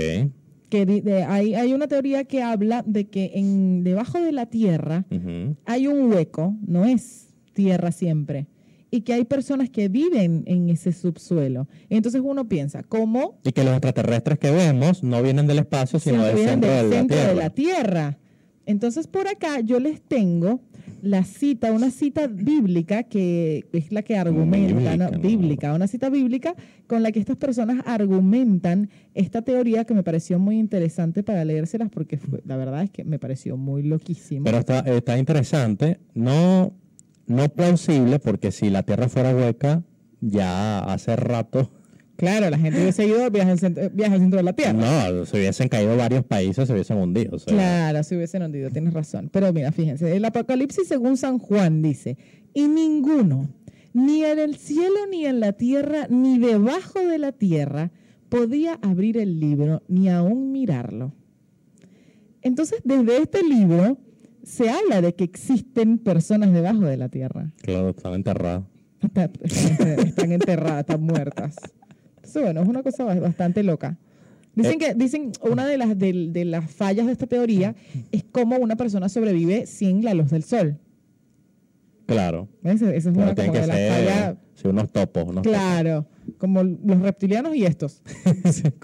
[SPEAKER 2] Que di- de- hay, hay una teoría que habla de que en, debajo de la tierra
[SPEAKER 1] Ujú.
[SPEAKER 2] hay un hueco, no es tierra siempre, y que hay personas que viven en ese subsuelo. Entonces uno piensa, ¿cómo
[SPEAKER 1] Y que los extraterrestres que vemos no vienen del espacio,
[SPEAKER 2] se
[SPEAKER 1] sino del
[SPEAKER 2] olvidan
[SPEAKER 1] centro,
[SPEAKER 2] del
[SPEAKER 1] de,
[SPEAKER 2] centro
[SPEAKER 1] la
[SPEAKER 2] de
[SPEAKER 1] Tierra.
[SPEAKER 2] la Tierra? Entonces por acá yo les tengo la cita, una cita bíblica que es la que argumenta,
[SPEAKER 1] Bíblica,
[SPEAKER 2] ¿no?
[SPEAKER 1] ¿no?
[SPEAKER 2] bíblica, una cita bíblica con la que estas personas argumentan esta teoría que me pareció muy interesante para leérselas porque fue- la verdad es que me pareció muy loquísima.
[SPEAKER 1] Pero está, está interesante, no, no plausible, porque si la Tierra fuera hueca, ya hace rato,
[SPEAKER 2] Claro, la gente hubiese ido viaje al centro, viaje al centro de la Tierra.
[SPEAKER 1] no, se hubiesen caído varios países, se hubiesen hundido. o sea,
[SPEAKER 2] Claro, se hubiesen hundido, tienes razón. Pero mira, fíjense, el Apocalipsis según San Juan dice, y ninguno, ni en el cielo, ni en la tierra, ni debajo de la tierra, podía abrir el libro, ni aún mirarlo. Entonces, desde este libro se habla de que existen personas debajo de la tierra.
[SPEAKER 1] Claro, están enterrados.
[SPEAKER 2] Está- están enterradas, están muertas. Entonces, bueno, es una cosa ba- bastante loca.
[SPEAKER 1] Eh.
[SPEAKER 2] Dicen que dicen una de las, del- de, las fallas de esta teoría es cómo una persona sobrevive sin la luz del sol.
[SPEAKER 1] Claro.
[SPEAKER 2] ¿Ves? Esa es una
[SPEAKER 1] Claro,
[SPEAKER 2] como
[SPEAKER 1] tienen que
[SPEAKER 2] de las fallas.
[SPEAKER 1] ser sí, unos topos, unos topos.
[SPEAKER 2] Claro, como los reptilianos y
[SPEAKER 1] <laughs>
[SPEAKER 2] estos.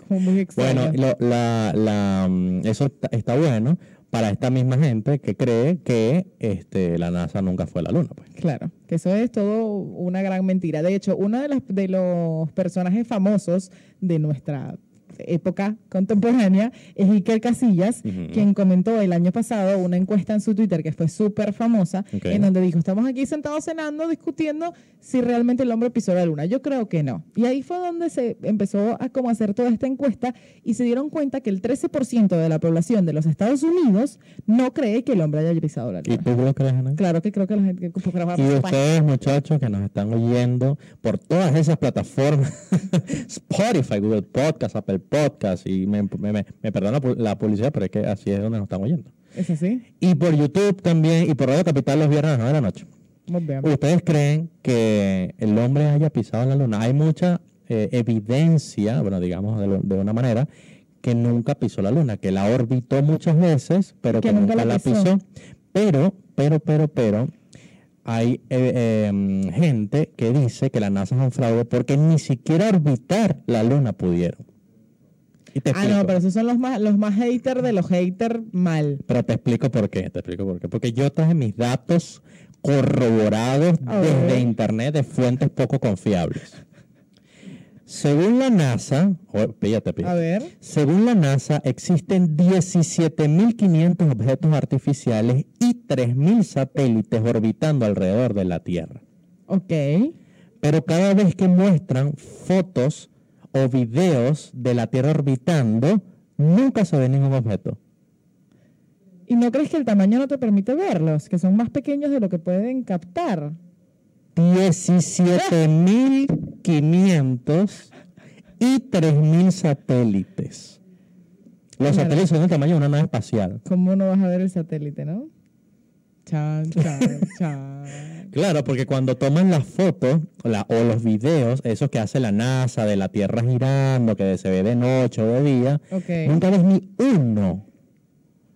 [SPEAKER 2] Como muy extraño.
[SPEAKER 1] Bueno, lo- la, la, mm, eso está, está bueno para esta misma gente que cree que este, la NASA nunca fue a la Luna. Pues.
[SPEAKER 2] Claro, que eso es todo una gran mentira. De hecho, uno de, las- de los personajes famosos de nuestra época contemporánea es Iker Casillas,
[SPEAKER 1] Ujú.
[SPEAKER 2] quien comentó el año pasado una encuesta en su Twitter que fue súper famosa,
[SPEAKER 1] Ok.
[SPEAKER 2] en donde dijo, estamos aquí sentados cenando, discutiendo si realmente el hombre pisó la luna. Yo creo que no. Y ahí fue donde se empezó a como hacer toda esta encuesta y se dieron cuenta que el 13% de la población de los Estados Unidos no cree que el hombre haya pisado la
[SPEAKER 1] ¿Y
[SPEAKER 2] luna.
[SPEAKER 1] tú lo crees en eso?
[SPEAKER 2] Claro que creo que la gente... que-
[SPEAKER 1] Y ustedes, muchachos, que nos están oyendo por todas esas plataformas, <laughs> Spotify, Google Podcast, Apple Podcast, y me, me, me- me perdona pu- la publicidad, pero es que así es donde nos están oyendo.
[SPEAKER 2] ¿Es así?
[SPEAKER 1] Y por YouTube también, y por Radio Capital los viernes a las 9 de la noche.
[SPEAKER 2] Muy bien.
[SPEAKER 1] ¿Ustedes creen que el hombre haya pisado la luna? Hay mucha eh, evidencia, bueno, digamos de, lo- de una manera, que nunca pisó la luna, que la orbitó muchas veces, pero que, nunca, la pisó. Pero, pero, pero, pero, hay eh, eh, gente que dice que la NASA es un fraude porque ni siquiera orbitar la luna pudieron. Y te
[SPEAKER 2] Ah,
[SPEAKER 1] explico.
[SPEAKER 2] no, pero esos son los más, los más haters de los haters mal.
[SPEAKER 1] Pero te explico por qué, te explico por qué. Porque yo traje mis datos corroborados
[SPEAKER 2] A ver.
[SPEAKER 1] desde internet de fuentes poco confiables. Según la NASA, o- píllate,
[SPEAKER 2] A
[SPEAKER 1] píllate.
[SPEAKER 2] ver.
[SPEAKER 1] Según la NASA, existen 17.500 objetos artificiales y 3.000 satélites orbitando alrededor de la Tierra.
[SPEAKER 2] Ok.
[SPEAKER 1] Pero cada vez que muestran fotos o videos de la Tierra orbitando, nunca se ve ningún objeto.
[SPEAKER 2] ¿Y no crees que el tamaño no te permite verlos? Que son más pequeños de lo que pueden captar.
[SPEAKER 1] 17.500 y 3.000 satélites. Los
[SPEAKER 2] Claro.
[SPEAKER 1] satélites son del tamaño de una nave espacial.
[SPEAKER 2] ¿Cómo no vas a ver el satélite, no? chan,
[SPEAKER 1] <laughs>
[SPEAKER 2] chan, chan.
[SPEAKER 1] Claro, porque cuando toman las fotos la- o los videos, esos que hace la NASA de la Tierra girando, que se ve de noche o de día,
[SPEAKER 2] Ok.
[SPEAKER 1] nunca ves ni uno.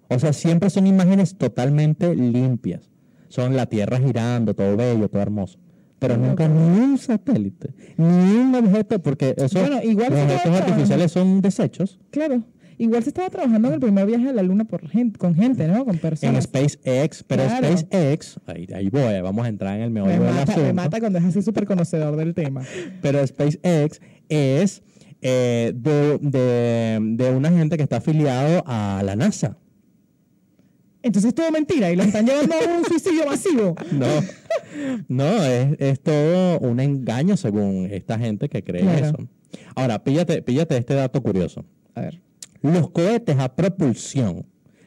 [SPEAKER 1] O sea, siempre son imágenes totalmente limpias. Son la Tierra girando, todo bello, todo hermoso. Pero nunca ni un satélite, ni un objeto, porque esos
[SPEAKER 2] Bueno, igual
[SPEAKER 1] los
[SPEAKER 2] se
[SPEAKER 1] objetos
[SPEAKER 2] trata-
[SPEAKER 1] artificiales son desechos.
[SPEAKER 2] Claro. Igual se estaba trabajando en el primer viaje a la luna por gente, con gente, ¿no? Con
[SPEAKER 1] En
[SPEAKER 2] personas.
[SPEAKER 1] SpaceX, pero
[SPEAKER 2] Claro.
[SPEAKER 1] SpaceX, ahí, ahí voy, vamos a entrar en el meollo
[SPEAKER 2] Me
[SPEAKER 1] del
[SPEAKER 2] mata, me
[SPEAKER 1] asunto.
[SPEAKER 2] mata cuando es así súper conocedor del tema.
[SPEAKER 1] Pero SpaceX es eh, de, de- de una gente que está afiliado a la NASA.
[SPEAKER 2] Entonces es todo mentira y lo están llevando a un suicidio masivo.
[SPEAKER 1] No, no es, es todo un engaño según esta gente que cree
[SPEAKER 2] Claro.
[SPEAKER 1] eso. Ahora, píllate, píllate este dato curioso.
[SPEAKER 2] A ver.
[SPEAKER 1] Los cohetes a propulsión,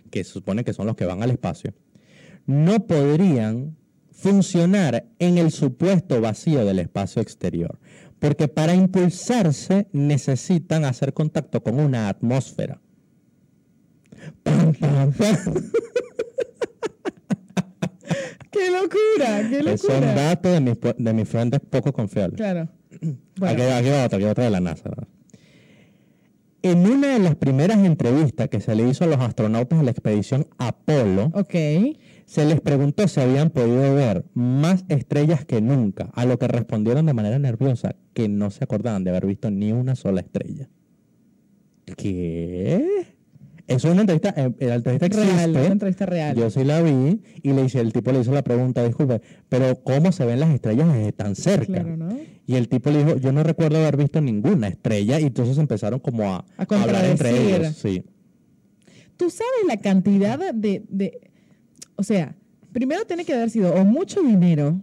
[SPEAKER 1] que se supone que son los que van al espacio, no podrían funcionar en el supuesto vacío del espacio exterior, porque para impulsarse necesitan hacer contacto con una atmósfera. Pam, pam, pam.
[SPEAKER 2] ¡Qué locura! ¡Qué
[SPEAKER 1] Son
[SPEAKER 2] locura!
[SPEAKER 1] datos de mis, pu- de mis fuentes poco confiables. <clears throat>
[SPEAKER 2] Claro.
[SPEAKER 1] Aquí,
[SPEAKER 2] Bueno,
[SPEAKER 1] aquí va otra, aquí va otra de la NASA. En una de las primeras entrevistas que se le hizo a los astronautas de la expedición Apolo,
[SPEAKER 2] ok.
[SPEAKER 1] se les preguntó si habían podido ver más estrellas que nunca, a lo que respondieron de manera nerviosa que no se acordaban de haber visto ni una sola estrella. ¿Qué? Eso es una entrevista, eh, la entrevista existe.
[SPEAKER 2] Real, una entrevista real.
[SPEAKER 1] Yo sí la vi y le hice, el tipo le hizo la pregunta, disculpe, pero ¿cómo se ven las estrellas desde tan cerca?
[SPEAKER 2] Claro, ¿no?
[SPEAKER 1] Y el tipo le dijo, yo no recuerdo haber visto ninguna estrella, y entonces empezaron como a,
[SPEAKER 2] A
[SPEAKER 1] hablar entre
[SPEAKER 2] contradecir.
[SPEAKER 1] ellos. Sí.
[SPEAKER 2] Tú sabes la cantidad de, de- O sea, primero tiene que haber sido o mucho dinero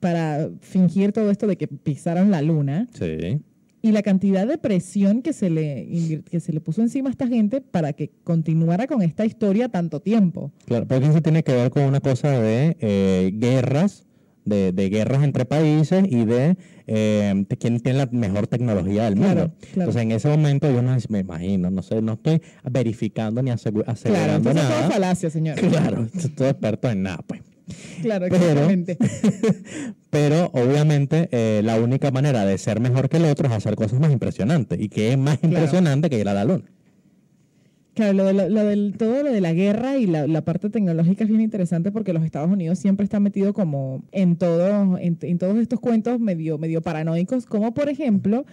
[SPEAKER 2] para fingir todo esto de que pisaron la luna
[SPEAKER 1] Sí.
[SPEAKER 2] y la cantidad de presión que se le, invir- que se le puso encima a esta gente para que continuara con esta historia tanto tiempo.
[SPEAKER 1] Claro, porque eso tiene que ver con una cosa de eh, guerras, de, de guerras entre países y de eh, de quién tiene la mejor tecnología del
[SPEAKER 2] Claro,
[SPEAKER 1] mundo.
[SPEAKER 2] claro.
[SPEAKER 1] Entonces, en ese momento, yo no me imagino, no sé, no estoy verificando ni asegu-
[SPEAKER 2] Claro,
[SPEAKER 1] asegurando
[SPEAKER 2] entonces todo
[SPEAKER 1] nada.
[SPEAKER 2] falacia, señor.
[SPEAKER 1] Claro, estoy experto en nada, pues.
[SPEAKER 2] Claro,
[SPEAKER 1] Pero-
[SPEAKER 2] exactamente.
[SPEAKER 1] Pero obviamente eh, la única manera de ser mejor que el otro es hacer cosas más impresionantes. ¿Y qué es más
[SPEAKER 2] Claro.
[SPEAKER 1] impresionante que ir a la luna?
[SPEAKER 2] Claro, lo, de la- lo del, todo lo de la guerra y la, la parte tecnológica es bien interesante porque los Estados Unidos siempre están metidos como en, todos en, en todos estos cuentos medio, medio paranoicos, como por ejemplo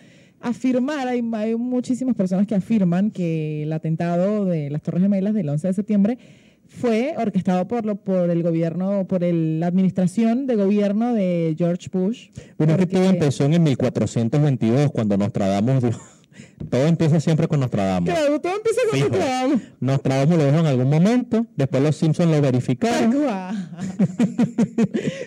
[SPEAKER 2] afirmar, hay, hay muchísimas personas que afirman que el atentado de las Torres Gemelas del 11 de septiembre fue orquestado por, lo, por el gobierno, por el- la administración de gobierno de George Bush.
[SPEAKER 1] Bueno, es que
[SPEAKER 2] porque-
[SPEAKER 1] todo empezó en el 1422 cuando Nostradamus dijo... Todo empieza siempre con Nostradamus.
[SPEAKER 2] Claro, todo empieza con
[SPEAKER 1] Fijo.
[SPEAKER 2] Nostradamus.
[SPEAKER 1] Nostradamus lo dijo en algún momento, después los Simpsons lo verificaron. <laughs>
[SPEAKER 2] Guau.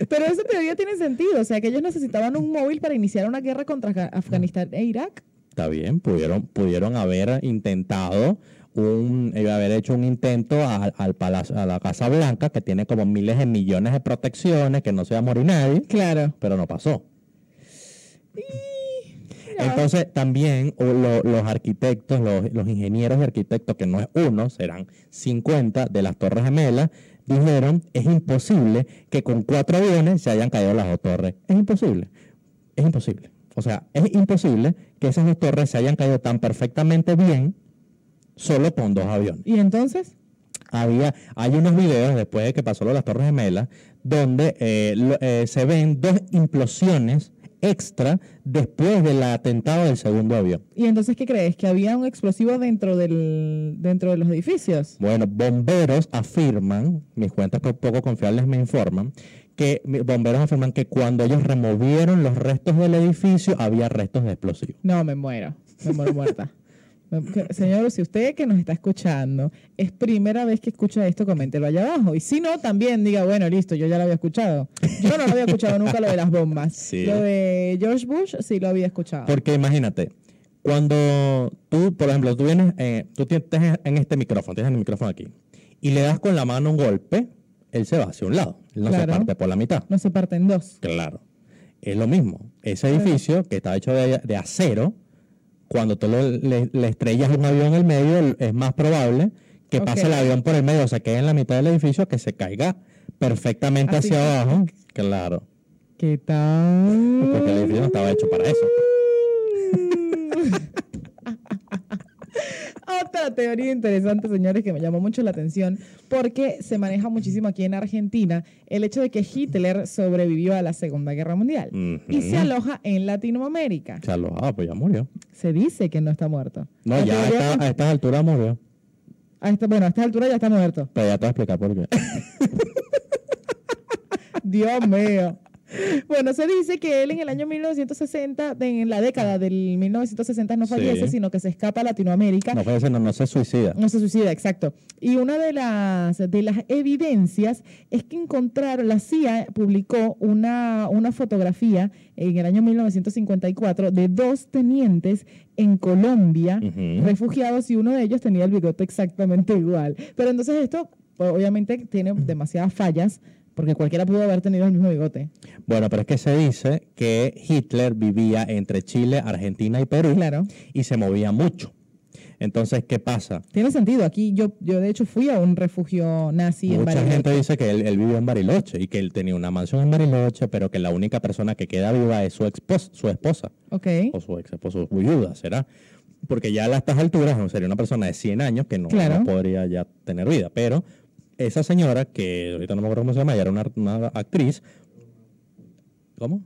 [SPEAKER 2] Pero esa teoría tiene sentido. O sea, que ellos necesitaban un móvil para iniciar una guerra contra Afga- Afganistán e Irak.
[SPEAKER 1] Está bien, pudieron, pudieron haber intentado un, eh, haber hecho un intento a, al palacio, a la Casa Blanca, que tiene como miles de millones de protecciones, que no se va a morir nadie,
[SPEAKER 2] Claro.
[SPEAKER 1] pero no pasó. Entonces, también o lo- los arquitectos, los, los ingenieros y arquitectos, que no es uno, serán 50 de las Torres Gemelas, dijeron, es imposible que con cuatro aviones se hayan caído las dos torres. Es imposible. Es imposible. O sea, es imposible que esas dos torres se hayan caído tan perfectamente bien solo con dos aviones.
[SPEAKER 2] ¿Y entonces?
[SPEAKER 1] Había, hay unos videos después de que pasó lo de las Torres Gemelas donde eh, lo- eh, se ven dos implosiones extra después del atentado del segundo avión.
[SPEAKER 2] ¿Y entonces qué crees? ¿Que había un explosivo dentro, del, dentro de los edificios?
[SPEAKER 1] Bueno, bomberos afirman, mis cuentas po- poco confiables me informan, que mi- bomberos afirman que cuando ellos removieron los restos del edificio había restos de explosivos.
[SPEAKER 2] No, me muero. Me muero muerta. Me- que- Señor, si usted que nos está escuchando es primera vez que escucha esto, coméntelo allá abajo. Y si no, también diga, bueno, listo, yo ya lo había escuchado. Yo no lo había escuchado nunca lo de las bombas.
[SPEAKER 1] Sí.
[SPEAKER 2] Lo de George Bush sí lo había escuchado.
[SPEAKER 1] Porque imagínate, cuando tú, por ejemplo, tú vienes, eh, tú tienes en este micrófono, tienes el micrófono aquí, y le das con la mano un golpe, él se va hacia un lado, él no se
[SPEAKER 2] Claro.
[SPEAKER 1] parte por la mitad.
[SPEAKER 2] No se parte en dos.
[SPEAKER 1] Claro. Es lo mismo. Ese edificio que está hecho de, de acero, cuando tú lo- le, le estrellas un avión en el medio, el- es más probable que pase
[SPEAKER 2] Ok.
[SPEAKER 1] el avión por el medio, o se quede en la mitad del edificio, que se caiga perfectamente
[SPEAKER 2] Así.
[SPEAKER 1] hacia abajo. Claro.
[SPEAKER 2] ¿Qué tal?
[SPEAKER 1] Pues Porque el edificio no estaba hecho para eso.
[SPEAKER 2] <laughs> Otra teoría interesante, señores, que me llamó mucho la atención, porque se maneja muchísimo aquí en Argentina el hecho de que Hitler sobrevivió a la Segunda Guerra Mundial y se
[SPEAKER 1] Ujú.
[SPEAKER 2] aloja en Latinoamérica.
[SPEAKER 1] Se alojaba, pues ya murió.
[SPEAKER 2] Se dice que no está muerto.
[SPEAKER 1] No,
[SPEAKER 2] La
[SPEAKER 1] ya eh. a,
[SPEAKER 2] teoría
[SPEAKER 1] esta- a estas alturas murió.
[SPEAKER 2] A esta- bueno, a esta altura ya está muerto.
[SPEAKER 1] Pero ya te voy a explicar por qué.
[SPEAKER 2] Dios mío. Bueno, se dice que él en el año 1960, de- en la década del 1960 no
[SPEAKER 1] Sí.
[SPEAKER 2] fallece, sino que se escapa a Latinoamérica.
[SPEAKER 1] No puede ser, no, no se suicida.
[SPEAKER 2] No se suicida, exacto. Y una de las, de las evidencias es que encontraron, la CIA publicó una, una fotografía en el año 1954 de dos tenientes en Colombia
[SPEAKER 1] Ujú.
[SPEAKER 2] refugiados y uno de ellos tenía el bigote exactamente igual. Pero entonces esto pues, obviamente tiene demasiadas fallas porque cualquiera pudo haber tenido el mismo bigote.
[SPEAKER 1] Bueno, pero es que se dice que Hitler vivía entre Chile, Argentina y Perú
[SPEAKER 2] Claro.
[SPEAKER 1] y se movía mucho. Entonces, ¿qué pasa?
[SPEAKER 2] Tiene sentido. Aquí yo, yo de hecho fui a un refugio nazi en
[SPEAKER 1] Mucha
[SPEAKER 2] Bariloche.
[SPEAKER 1] gente dice que él, él vivió en Bariloche y que él tenía una mansión en Bariloche, pero que la única persona que queda viva es su, expos- su esposa
[SPEAKER 2] Ok.
[SPEAKER 1] o su ex esposo, su viuda, ¿será? Porque ya a estas alturas no, sería una persona de 100 años que no,
[SPEAKER 2] Claro.
[SPEAKER 1] no podría ya tener vida. Pero esa señora, que ahorita no me acuerdo cómo se llama, ella era una, una actriz. ¿Cómo?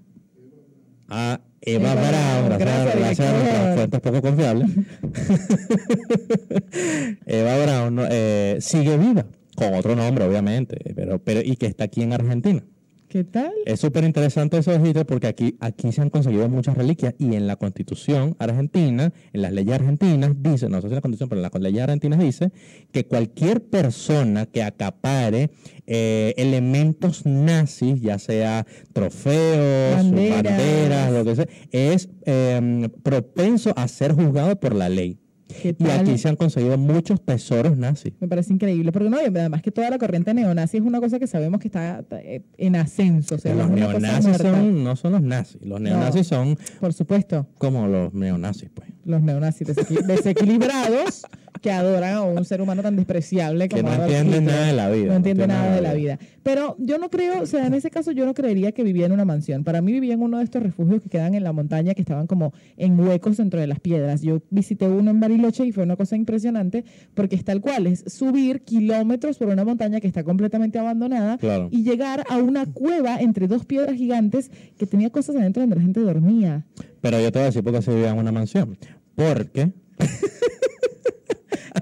[SPEAKER 1] Ah, Eva,
[SPEAKER 2] Eva
[SPEAKER 1] Brown,
[SPEAKER 2] Brown,
[SPEAKER 1] gracias,
[SPEAKER 2] gracias,
[SPEAKER 1] gracias a nuestras
[SPEAKER 2] director.
[SPEAKER 1] fuentes poco confiables. <laughs> Eva Brown no, eh, sigue viva, con otro nombre, obviamente, pero, pero y que está aquí en Argentina.
[SPEAKER 2] ¿Qué tal?
[SPEAKER 1] Es súper interesante eso, Hitler, porque aquí, aquí se han conseguido muchas reliquias y en la constitución argentina, en las leyes argentinas, dice, no sé si en la constitución, pero en las leyes argentinas dice que cualquier persona que acapare eh, elementos nazis, ya sea trofeos, banderas,
[SPEAKER 2] Banderas.
[SPEAKER 1] lo que sea, es eh, propenso a ser juzgado por la ley.
[SPEAKER 2] ¿Qué
[SPEAKER 1] Y
[SPEAKER 2] tal?
[SPEAKER 1] aquí se han conseguido muchos tesoros nazis.
[SPEAKER 2] Me parece increíble, porque no, y además que toda la corriente neonazi es una cosa que sabemos que está eh, en ascenso. O sea, no
[SPEAKER 1] los
[SPEAKER 2] es una cosa
[SPEAKER 1] neonazis
[SPEAKER 2] muerta.
[SPEAKER 1] son, no son los nazis, los neonazis son
[SPEAKER 2] Por supuesto,
[SPEAKER 1] como los neonazis, pues.
[SPEAKER 2] los neonazis desequi- desequilibrados que adoran a un ser humano tan despreciable
[SPEAKER 1] que
[SPEAKER 2] como
[SPEAKER 1] no
[SPEAKER 2] Adolf
[SPEAKER 1] entienden
[SPEAKER 2] Hitler.
[SPEAKER 1] nada de la vida.
[SPEAKER 2] No entiende nada de la vida. Pero yo no creo, o sea, en ese caso yo no creería que vivía en una mansión. Para mí vivía en uno de estos refugios que quedan en la montaña, que estaban como en huecos dentro de las piedras. Yo visité uno en Bariloche y fue una cosa impresionante porque es tal cual, es subir kilómetros por una montaña que está completamente abandonada
[SPEAKER 1] Claro.
[SPEAKER 2] y llegar a una cueva entre dos piedras gigantes que tenía cosas adentro donde la gente dormía.
[SPEAKER 1] Pero yo te voy a decir por qué se vivía en una mansión. Porque,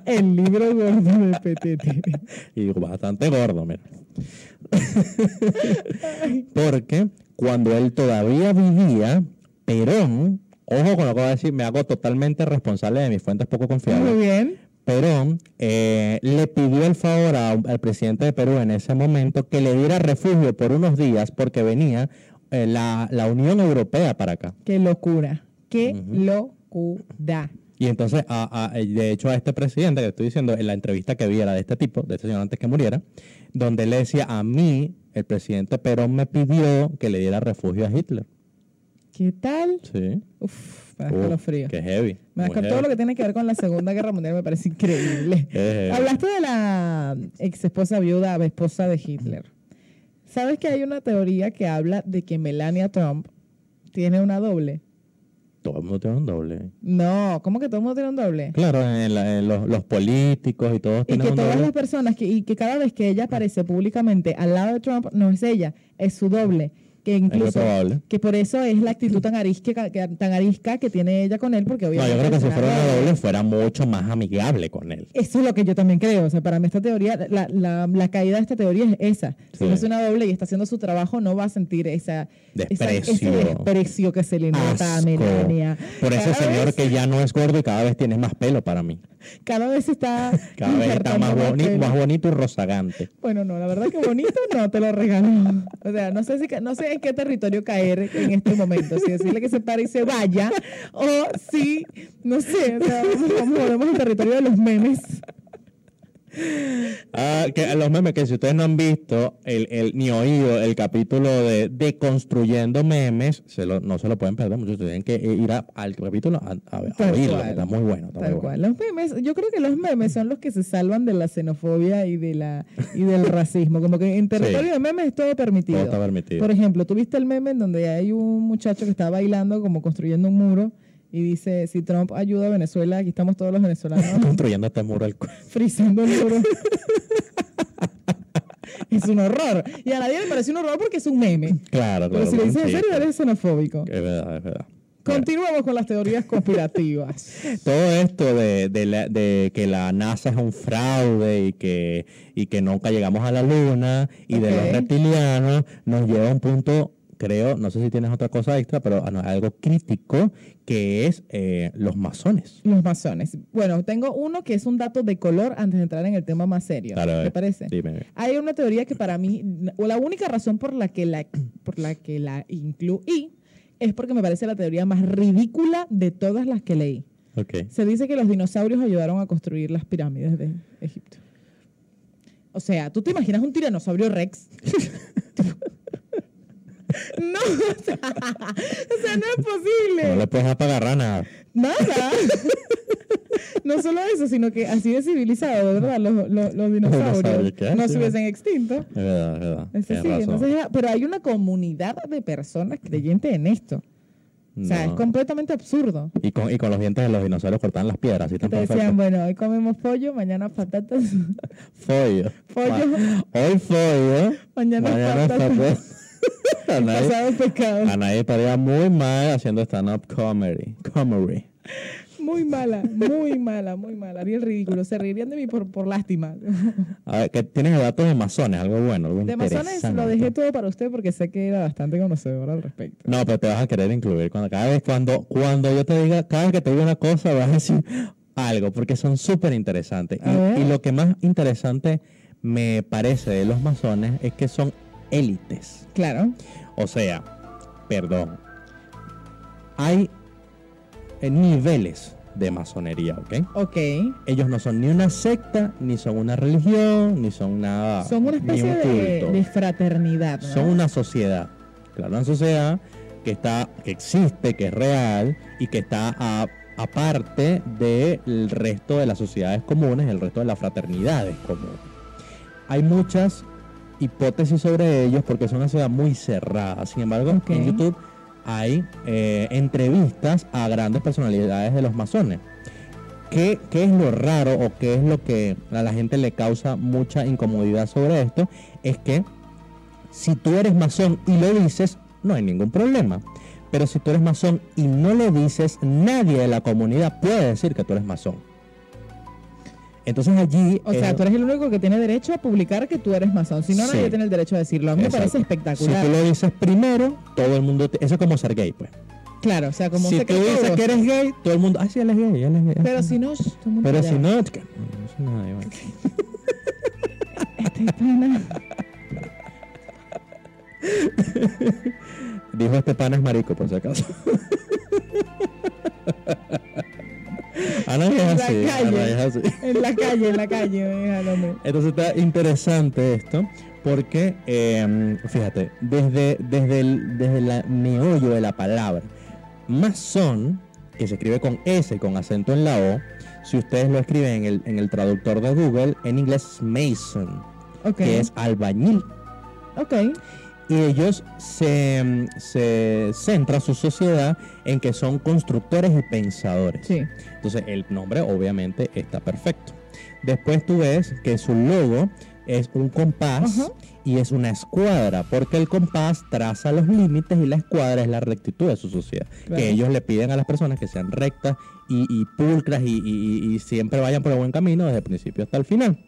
[SPEAKER 2] El libro gordo de Petete.
[SPEAKER 1] y bastante gordo, mira. <laughs> Porque cuando él todavía vivía, Perón, ojo con lo que voy a decir, me hago totalmente responsable de mis fuentes poco confiables.
[SPEAKER 2] Muy bien.
[SPEAKER 1] Perón eh, le pidió el favor a- al presidente de Perú en ese momento que le diera refugio por unos días porque venía eh, la, la Unión Europea para acá.
[SPEAKER 2] Qué locura. Qué locura.
[SPEAKER 1] Y entonces, a- a- de hecho, a este presidente que estoy diciendo, en la entrevista que vi era de este tipo, de este señor antes que muriera, donde él le decía, a mí, el presidente Perón me pidió que le diera refugio a Hitler.
[SPEAKER 2] ¿Qué tal?
[SPEAKER 1] Sí.
[SPEAKER 2] Uf, me da escalofrío.
[SPEAKER 1] Qué heavy.
[SPEAKER 2] Me da
[SPEAKER 1] muy
[SPEAKER 2] escal- todo
[SPEAKER 1] heavy.
[SPEAKER 2] lo que tiene que ver con la Segunda Guerra Mundial me parece increíble.
[SPEAKER 1] <laughs> Eh.
[SPEAKER 2] Hablaste de la ex esposa viuda, esposa de Hitler. ¿Sabes que hay una teoría que habla de que Melania Trump tiene una doble?
[SPEAKER 1] Todo el mundo tiene un doble.
[SPEAKER 2] No, ¿cómo que todo el mundo tiene un doble?
[SPEAKER 1] Claro, en la- en los, los políticos y todos
[SPEAKER 2] Y
[SPEAKER 1] tienen
[SPEAKER 2] que
[SPEAKER 1] un
[SPEAKER 2] todas
[SPEAKER 1] doble.
[SPEAKER 2] las personas, que, y que cada vez que ella aparece públicamente al lado de Trump, no es ella, es su doble. Que
[SPEAKER 1] Es
[SPEAKER 2] incluso,
[SPEAKER 1] probable.
[SPEAKER 2] que por eso es la actitud tan arisca que, tan arisca que tiene ella con él, porque
[SPEAKER 1] No,
[SPEAKER 2] obviamente...
[SPEAKER 1] yo creo que
[SPEAKER 2] es
[SPEAKER 1] si
[SPEAKER 2] una
[SPEAKER 1] fuera una doble fuera mucho más amigable con él.
[SPEAKER 2] Eso es lo que yo también creo. O sea, para mí esta teoría, la, la- la caída de esta teoría es esa.
[SPEAKER 1] Sí.
[SPEAKER 2] Si no es una doble y está haciendo su trabajo, no va a sentir esa, esa-
[SPEAKER 1] Desprecio.
[SPEAKER 2] ese desprecio que se le nota a
[SPEAKER 1] Asco.
[SPEAKER 2] Melania.
[SPEAKER 1] Por ese
[SPEAKER 2] Cada
[SPEAKER 1] señor
[SPEAKER 2] vez-
[SPEAKER 1] que ya no es gordo y cada vez tiene más pelo para mí.
[SPEAKER 2] Cada vez está...
[SPEAKER 1] <laughs> Cada vez está
[SPEAKER 2] injertando
[SPEAKER 1] más, boni-
[SPEAKER 2] pelo.
[SPEAKER 1] más bonito y rozagante.
[SPEAKER 2] Bueno, no, la verdad que bonito no te lo regaló. O sea, no sé si ca- no sé en qué territorio caer en este momento, si decirle que se pare y se vaya o si no sé, o sea, vamos, vamos, volvemos al territorio de los memes.
[SPEAKER 1] Ah, que a los memes que si ustedes no han visto el, el- ni oído el capítulo de, de construyendo memes, se lo, no se lo pueden perder muchos. Tienen que ir a- al capítulo a, a- a
[SPEAKER 2] Tal
[SPEAKER 1] oírlo.
[SPEAKER 2] cual.
[SPEAKER 1] Está muy bueno. Está muy
[SPEAKER 2] Tal
[SPEAKER 1] bueno.
[SPEAKER 2] cual. Los memes, yo creo que los memes son los que se salvan de la xenofobia y de la y del racismo. Como que en territorio de memes es todo permitido.
[SPEAKER 1] Todo está permitido.
[SPEAKER 2] Por ejemplo, tú viste el meme en donde hay un muchacho que está bailando como construyendo un muro y dice, si Trump ayuda a Venezuela, aquí estamos todos
[SPEAKER 1] <laughs>
[SPEAKER 2] los venezolanos
[SPEAKER 1] Construyendo este muro al cu- <laughs>
[SPEAKER 2] frizando el muro. <laughs> es un horror. Y a nadie le parece un horror porque es un meme.
[SPEAKER 1] Claro,
[SPEAKER 2] Pero
[SPEAKER 1] claro.
[SPEAKER 2] si lo
[SPEAKER 1] un
[SPEAKER 2] dices en serio,
[SPEAKER 1] chiste.
[SPEAKER 2] eres xenofóbico.
[SPEAKER 1] Es verdad, es verdad.
[SPEAKER 2] Continuamos con las teorías
[SPEAKER 1] <laughs>
[SPEAKER 2] conspirativas.
[SPEAKER 1] Todo esto de, de la- de que la NASA es un fraude y que, y que nunca llegamos a la Luna y de los
[SPEAKER 2] Ok.
[SPEAKER 1] reptilianos nos lleva a un punto, creo, no sé si tienes otra cosa extra, pero a- algo crítico que es eh, los masones.
[SPEAKER 2] Los masones. Bueno, tengo uno que es un dato de color antes de entrar en el tema más serio.
[SPEAKER 1] Claro,
[SPEAKER 2] ¿Te
[SPEAKER 1] eh.
[SPEAKER 2] parece?
[SPEAKER 1] Dime.
[SPEAKER 2] Hay una teoría que para mí, o la única razón por la que la, por la, que la incluí, es porque me parece la teoría más ridícula de todas las que leí.
[SPEAKER 1] Ok.
[SPEAKER 2] Se dice que los dinosaurios ayudaron a construir las pirámides de Egipto. O sea, ¿tú te imaginas un tiranosaurio rex? <laughs> no, o sea, <laughs> o sea, no es
[SPEAKER 1] No
[SPEAKER 2] posible.
[SPEAKER 1] le puedes apagar nada.
[SPEAKER 2] Nada. No solo eso, sino que así de civilizado, de verdad, los, los- los dinosaurios
[SPEAKER 1] dinosaurios, ¿qué?
[SPEAKER 2] no
[SPEAKER 1] Sí,
[SPEAKER 2] se hubiesen extinto.
[SPEAKER 1] Es verdad, es verdad.
[SPEAKER 2] Ese
[SPEAKER 1] Tienes
[SPEAKER 2] sí,
[SPEAKER 1] razón.
[SPEAKER 2] entonces era- pero hay una comunidad de personas creyentes en esto. O sea,
[SPEAKER 1] No.
[SPEAKER 2] es completamente absurdo.
[SPEAKER 1] y, con, y con los dientes de los dinosaurios cortaban las piedras. Así
[SPEAKER 2] Que
[SPEAKER 1] tan
[SPEAKER 2] te
[SPEAKER 1] perfecto.
[SPEAKER 2] decían, bueno, hoy comemos pollo, mañana patatas, <laughs>
[SPEAKER 1] Follo.
[SPEAKER 2] Follo.
[SPEAKER 1] Ma- Hoy follo.
[SPEAKER 2] <laughs> Mañana patata. <laughs>
[SPEAKER 1] patata. A nadie- Ah.
[SPEAKER 2] pasado pecado.
[SPEAKER 1] a nadie paría muy mal haciendo stand-up comedy. Comedy.
[SPEAKER 2] Muy mala, muy mala, muy mala. Bien ridículo. Se reirían de mí por, por lástima. <laughs>
[SPEAKER 1] A ver, ¿qué tienes de datos de masones? Algo bueno, algo
[SPEAKER 2] De masones lo
[SPEAKER 1] interesante.
[SPEAKER 2] dejé todo para usted porque sé que era bastante conocedor al respecto.
[SPEAKER 1] No, pero te vas a querer incluir. Cuando, cada vez cuando, cuando yo te diga, cada vez que te diga una cosa, vas a decir algo, porque son súper interesantes.
[SPEAKER 2] A ver.
[SPEAKER 1] Y, y lo que más interesante me parece de los masones es que son élites.
[SPEAKER 2] Claro.
[SPEAKER 1] O sea, perdón, hay eh, niveles de masonería, ¿ok?
[SPEAKER 2] Ok.
[SPEAKER 1] Ellos no son ni una secta, ni son una religión, ni son nada.
[SPEAKER 2] Son una
[SPEAKER 1] ni
[SPEAKER 2] especie
[SPEAKER 1] un
[SPEAKER 2] de,
[SPEAKER 1] culto.
[SPEAKER 2] de fraternidad. ¿no?
[SPEAKER 1] Ah, Son una sociedad. Claro, una sociedad que está, que existe, que es real y que está a- aparte del resto de las sociedades comunes, el resto de las fraternidades comunes. Hay muchas hipótesis sobre ellos porque son una sociedad muy cerrada. Sin embargo,
[SPEAKER 2] Ok.
[SPEAKER 1] en YouTube hay eh, entrevistas a grandes personalidades de los masones. ¿Qué, qué es lo raro o qué es lo que a la gente le causa mucha incomodidad sobre esto? Es que si tú eres masón y lo dices, no hay ningún problema. Pero si tú eres masón y no lo dices, nadie de la comunidad puede decir que tú eres masón. Entonces allí...
[SPEAKER 2] O sea,
[SPEAKER 1] eh,
[SPEAKER 2] tú eres el único que tiene derecho a publicar que tú eres masón. Si no,
[SPEAKER 1] Sí.
[SPEAKER 2] nadie tiene el derecho a decirlo. A mí me
[SPEAKER 1] Exacto.
[SPEAKER 2] parece espectacular.
[SPEAKER 1] Si tú lo dices primero, todo el mundo... te- Eso es como ser gay, pues.
[SPEAKER 2] Claro, o sea, como
[SPEAKER 1] si
[SPEAKER 2] se
[SPEAKER 1] tú dices que <laughs> eres gay, todo el mundo... Ah, sí, él es gay, él es gay.
[SPEAKER 2] Pero si no, shh, todo el mundo
[SPEAKER 1] Pero
[SPEAKER 2] callado.
[SPEAKER 1] si no... es que- no, no sé nada, igual.
[SPEAKER 2] <laughs> Este pana.
[SPEAKER 1] Dijo este pan es marico, por si acaso. <laughs> Ana es
[SPEAKER 2] En la
[SPEAKER 1] así, Ana
[SPEAKER 2] calle.
[SPEAKER 1] es así.
[SPEAKER 2] En la calle, en la calle, déjalo, me-
[SPEAKER 1] Entonces está interesante esto porque, eh, fíjate, desde, desde el desde la meollo de la palabra, masón, que se escribe con S, con acento en la O, si ustedes lo escriben en el, en el traductor de Google, en inglés es mason,
[SPEAKER 2] Ok.
[SPEAKER 1] que es albañil.
[SPEAKER 2] Ok.
[SPEAKER 1] Y ellos se, mm, se centra su sociedad en que son constructores y pensadores.
[SPEAKER 2] Sí.
[SPEAKER 1] Entonces el nombre obviamente está perfecto. Después tú ves que su logo es un compás
[SPEAKER 2] Ajá.
[SPEAKER 1] y es una escuadra, porque el compás traza los límites y la escuadra es la rectitud de su sociedad.
[SPEAKER 2] Claro.
[SPEAKER 1] Que ellos le piden a las personas que sean rectas y, y pulcras y, y- y- y siempre vayan por el buen camino desde el principio hasta el final.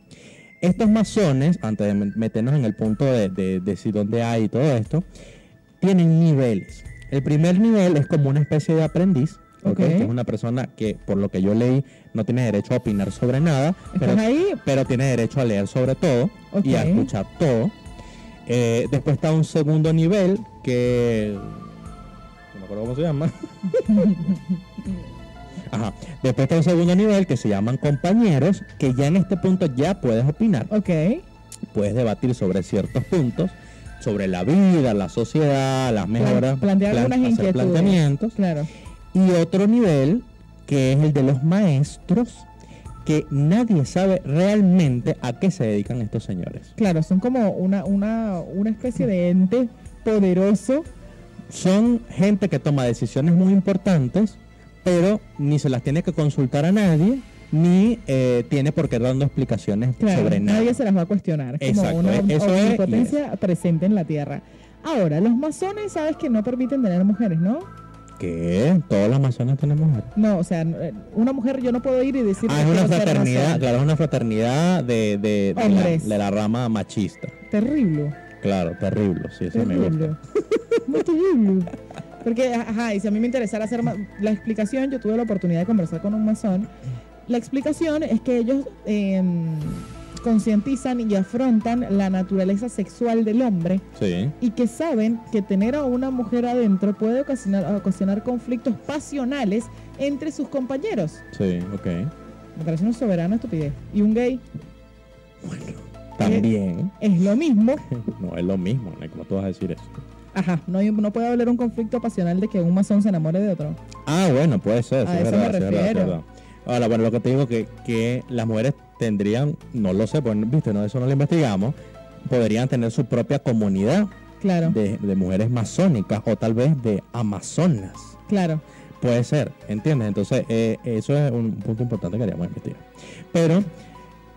[SPEAKER 1] Estos masones, antes de me- meternos en el punto de, de- de si dónde hay y todo esto, tienen niveles. El primer nivel es como una especie de aprendiz, ¿ok?
[SPEAKER 2] Ok.
[SPEAKER 1] que es una persona que, por lo que yo leí, no tiene derecho a opinar sobre nada, pero,
[SPEAKER 2] Estás ahí.
[SPEAKER 1] pero tiene derecho a leer sobre todo y a
[SPEAKER 2] Ok.
[SPEAKER 1] escuchar todo. Eh, después está un segundo nivel
[SPEAKER 2] <laughs>
[SPEAKER 1] que... No me acuerdo cómo se llama. Ajá. Después está un segundo nivel que se llaman compañeros, que ya en este punto ya puedes opinar,
[SPEAKER 2] Ok.
[SPEAKER 1] puedes debatir sobre ciertos puntos, sobre la vida, la sociedad, las mejoras,
[SPEAKER 2] plantear
[SPEAKER 1] plan-
[SPEAKER 2] algunas
[SPEAKER 1] hacer
[SPEAKER 2] inquietudes.
[SPEAKER 1] planteamientos.
[SPEAKER 2] Claro.
[SPEAKER 1] Y otro nivel, que es el de los maestros, que nadie sabe realmente a qué se dedican estos señores.
[SPEAKER 2] Claro, son como una, una, una especie de ente poderoso.
[SPEAKER 1] Son gente que toma decisiones muy importantes, pero ni se las tiene que consultar a nadie, ni eh, tiene por qué dando explicaciones
[SPEAKER 2] Claro,
[SPEAKER 1] sobre nada.
[SPEAKER 2] nadie se las va a cuestionar. Es
[SPEAKER 1] Exacto,
[SPEAKER 2] como una
[SPEAKER 1] eh, eso es y es.
[SPEAKER 2] omnipotencia presente en la Tierra. Ahora, los masones, sabes que no permiten tener mujeres, ¿no?
[SPEAKER 1] ¿Qué? Todas las masonas tenemos mujeres.
[SPEAKER 2] No, o sea, n- una mujer yo no puedo ir y decir
[SPEAKER 1] Ah,
[SPEAKER 2] que
[SPEAKER 1] es una
[SPEAKER 2] quiero ser
[SPEAKER 1] fraternidad,
[SPEAKER 2] masón.
[SPEAKER 1] claro, es una fraternidad de, de- de la,
[SPEAKER 2] Hombres.
[SPEAKER 1] de la rama machista.
[SPEAKER 2] Terrible.
[SPEAKER 1] Claro, terrible, sí, eso me gusta.
[SPEAKER 2] Terrible. <laughs> Muy terrible. Porque, ajá, y si a mí me interesara hacer ma- la explicación, yo tuve la oportunidad de conversar con un masón. La explicación es que ellos em, concientizan y afrontan la naturaleza sexual del hombre
[SPEAKER 1] Sí.
[SPEAKER 2] y que saben que tener a una mujer adentro puede ocasionar, ocasionar conflictos pasionales entre sus compañeros.
[SPEAKER 1] Sí,
[SPEAKER 2] Eh,
[SPEAKER 1] ok.
[SPEAKER 2] Me parece una soberana estupidez. Y un gay
[SPEAKER 1] También.
[SPEAKER 2] es lo mismo.
[SPEAKER 1] No es lo mismo, ¿no? ¿cómo tú vas a decir eso?
[SPEAKER 2] Ajá, no, hay- no puede haber un conflicto pasional de que un masón se enamore de otro.
[SPEAKER 1] Ah, bueno, puede ser. sí,
[SPEAKER 2] A
[SPEAKER 1] es
[SPEAKER 2] eso
[SPEAKER 1] verdad,
[SPEAKER 2] me
[SPEAKER 1] sí, es verdad, sí, es
[SPEAKER 2] refiero.
[SPEAKER 1] verdad. Ahora, bueno, lo que te digo que, que las mujeres tendrían, no lo sé, pues, viste, no, eso no lo investigamos, podrían tener su propia comunidad
[SPEAKER 2] Claro,
[SPEAKER 1] de, de mujeres masónicas o tal vez de amazonas.
[SPEAKER 2] claro.
[SPEAKER 1] Puede ser, ¿entiendes? Entonces, eh, eso es un punto importante que queríamos investigar. Pero,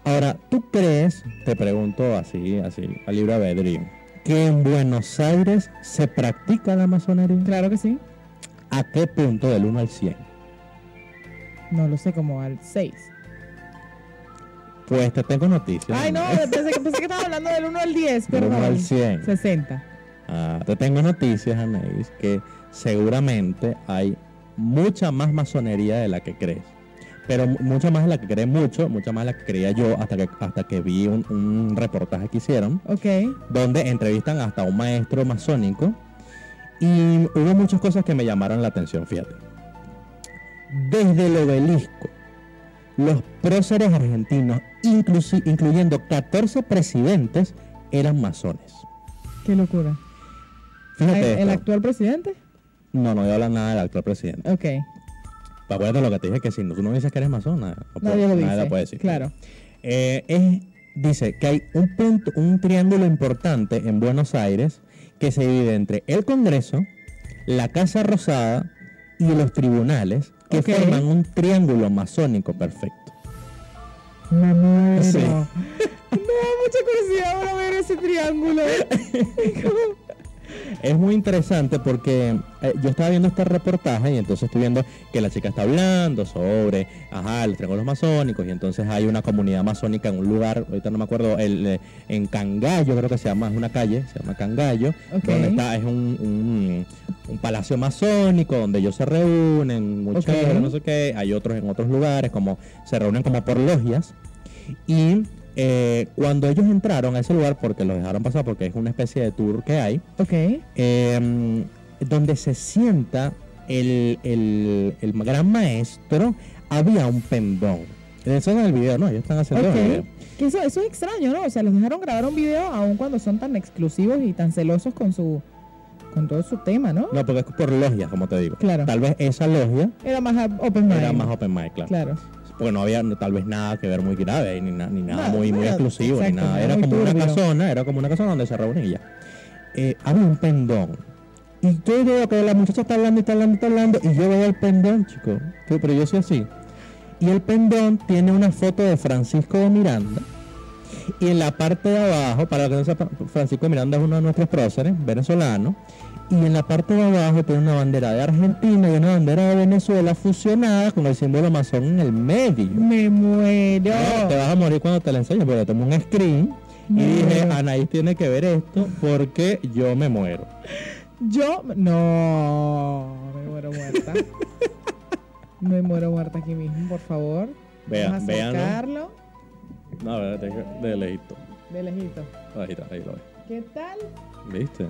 [SPEAKER 1] ahora, ¿tú crees, te pregunto así, así, a libre albedrío, que en Buenos Aires se practica la masonería?
[SPEAKER 2] Claro que sí.
[SPEAKER 1] ¿A qué punto del 1 al 100?
[SPEAKER 2] No lo sé, como al 6.
[SPEAKER 1] Pues te tengo noticias.
[SPEAKER 2] Ay, no, pensé que, pensé que estaba hablando del 1 al 10,
[SPEAKER 1] Del
[SPEAKER 2] perdón.
[SPEAKER 1] 1 al 100.
[SPEAKER 2] 60.
[SPEAKER 1] Ah, te tengo noticias, Anaís, que seguramente hay mucha más masonería de la que crees. Pero mu- mucha más de la que cree mucho, mucha más de la que creía yo hasta que, hasta que vi un, un reportaje que hicieron,
[SPEAKER 2] Ok.
[SPEAKER 1] donde entrevistan hasta a un maestro masónico. Y hubo muchas cosas que me llamaron la atención, fíjate. Desde el obelisco, los próceres argentinos, inclusi- incluyendo 14 presidentes, eran masones.
[SPEAKER 2] Qué locura.
[SPEAKER 1] Fíjate
[SPEAKER 2] ¿El, el
[SPEAKER 1] esto.
[SPEAKER 2] actual presidente?
[SPEAKER 1] No, no voy a hablar nada del actual presidente.
[SPEAKER 2] Ok.
[SPEAKER 1] Acuérdate lo que te dije, que si no- tú no dices que eres masón, nada, no
[SPEAKER 2] Nadie
[SPEAKER 1] puedo-
[SPEAKER 2] lo dice.
[SPEAKER 1] nadie puede decir.
[SPEAKER 2] Claro.
[SPEAKER 1] Eh, es- dice que hay un punto, un triángulo importante en Buenos Aires que se divide entre el Congreso, la Casa Rosada y los tribunales, que
[SPEAKER 2] Ok.
[SPEAKER 1] forman un triángulo masónico perfecto.
[SPEAKER 2] Me muero.
[SPEAKER 1] Sí.
[SPEAKER 2] Me da mucha curiosidad ahora ver
[SPEAKER 1] <laughs>
[SPEAKER 2] ese triángulo.
[SPEAKER 1] Es muy interesante porque eh, yo estaba viendo este reportaje y entonces estoy viendo que la chica está hablando sobre, ajá, los triángulos masónicos y entonces hay una comunidad masónica en un lugar, ahorita no me acuerdo, el, eh, en Cangallo creo que se llama, es una calle, se llama Cangallo,
[SPEAKER 2] Ok.
[SPEAKER 1] donde está, es un, un- un palacio masónico donde ellos se reúnen, muy
[SPEAKER 2] Ok.
[SPEAKER 1] chévere, no sé qué, hay otros en otros lugares, como se reúnen como por logias y... eh, cuando ellos entraron a ese lugar, porque los dejaron pasar, porque es una especie de tour que hay,
[SPEAKER 2] ok.
[SPEAKER 1] eh, donde se sienta el, el- el gran maestro, había un pendón. Eso es en el video, ¿no? Ellos están haciendo el video.
[SPEAKER 2] Ok. Que eso, eso es extraño, ¿no? O sea, los dejaron grabar un video aun cuando son tan exclusivos y tan celosos con su con todo su tema, ¿no?
[SPEAKER 1] No, porque es por logia, como te digo.
[SPEAKER 2] Claro.
[SPEAKER 1] Tal vez esa logia
[SPEAKER 2] Era más a- open mind.
[SPEAKER 1] era más open mic, claro.
[SPEAKER 2] Claro.
[SPEAKER 1] Porque no había no, tal vez nada que ver muy grave, ni, na- ni nada
[SPEAKER 2] Nada,
[SPEAKER 1] muy, muy
[SPEAKER 2] nada,
[SPEAKER 1] exclusivo, ni
[SPEAKER 2] exacto,
[SPEAKER 1] nada.
[SPEAKER 2] nada
[SPEAKER 1] Era
[SPEAKER 2] muy
[SPEAKER 1] como una
[SPEAKER 2] turbio.
[SPEAKER 1] casona, era como una casona donde se reúnen y ya. Eh, había un pendón. Y yo veo que la muchacha está hablando y está hablando y está hablando. Y yo veo el pendón, chico. Tú, Pero yo soy así. Y el pendón tiene una foto de Francisco de Miranda. Y en la parte de abajo, para los que no sepan, Francisco de Miranda es uno de nuestros próceres venezolanos. Y en la parte de abajo tiene una bandera de Argentina y una bandera de Venezuela fusionada con el símbolo masón en el medio.
[SPEAKER 2] Me muero.
[SPEAKER 1] No, te vas a morir cuando te la enseño, pero tomé un screen y
[SPEAKER 2] No.
[SPEAKER 1] dije, Anaís tiene que ver esto porque yo me muero.
[SPEAKER 2] Yo no me muero muerta. me muero muerta aquí mismo, por favor.
[SPEAKER 1] Vean,
[SPEAKER 2] Vamos a
[SPEAKER 1] véanlo.
[SPEAKER 2] sacarlo
[SPEAKER 1] No, de lejito.
[SPEAKER 2] de lejito.
[SPEAKER 1] Ahí está, ahí lo ves.
[SPEAKER 2] ¿Qué tal?
[SPEAKER 1] ¿Viste?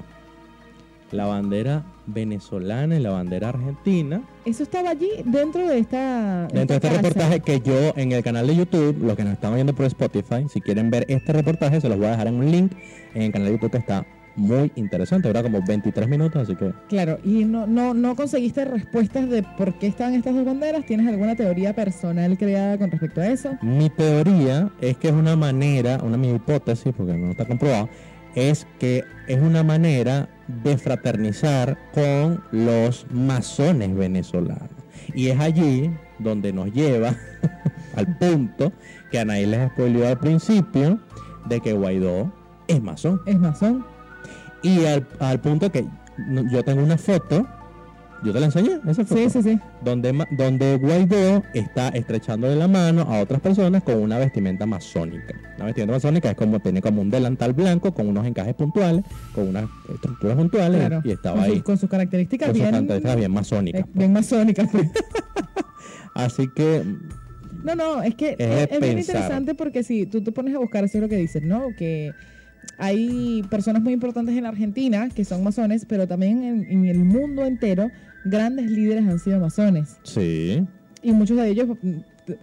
[SPEAKER 1] la bandera venezolana y la bandera argentina.
[SPEAKER 2] Eso estaba allí dentro de esta.
[SPEAKER 1] Dentro de este
[SPEAKER 2] esta casa.
[SPEAKER 1] reportaje que yo en el canal de YouTube, los que nos están viendo por Spotify, si quieren ver este reportaje, se los voy a dejar en un link en el canal de YouTube que está muy interesante, dura como 23 minutos, así que
[SPEAKER 2] Claro, y no, no, no conseguiste respuestas de por qué estaban estas dos banderas. ¿Tienes alguna teoría personal creada con respecto a eso?
[SPEAKER 1] mi teoría es que es una manera, una mi hipótesis, porque no está comprobado, es que es una manera de fraternizar con los masones venezolanos. Y es allí donde nos lleva <laughs> al punto que Anaí les spoileó al principio de que Guaidó es masón.
[SPEAKER 2] Es masón.
[SPEAKER 1] Y al, al punto que no- yo tengo una foto, yo te la enseñé, esa foto,
[SPEAKER 2] Sí, sí, sí.
[SPEAKER 1] Donde, ma- donde Guaidó está estrechándole la mano a otras personas con una vestimenta masónica. La vestimenta masónica es como, tiene como un delantal blanco, con unos encajes puntuales, con unas estructuras puntuales,
[SPEAKER 2] Claro.
[SPEAKER 1] y estaba
[SPEAKER 2] con sus-
[SPEAKER 1] ahí.
[SPEAKER 2] con sus características
[SPEAKER 1] Con sus
[SPEAKER 2] bien.
[SPEAKER 1] características bien masónicas.
[SPEAKER 2] eh, bien masónicas.
[SPEAKER 1] Así que
[SPEAKER 2] <laughs> No, no, es que
[SPEAKER 1] de
[SPEAKER 2] es, es bien
[SPEAKER 1] pensar.
[SPEAKER 2] interesante porque si tú te pones a buscar, eso es lo que dices, ¿no? Que hay personas muy importantes en la Argentina que son masones, pero también en, en el mundo entero, grandes líderes han sido masones.
[SPEAKER 1] sí,
[SPEAKER 2] Y muchos de ellos, mm,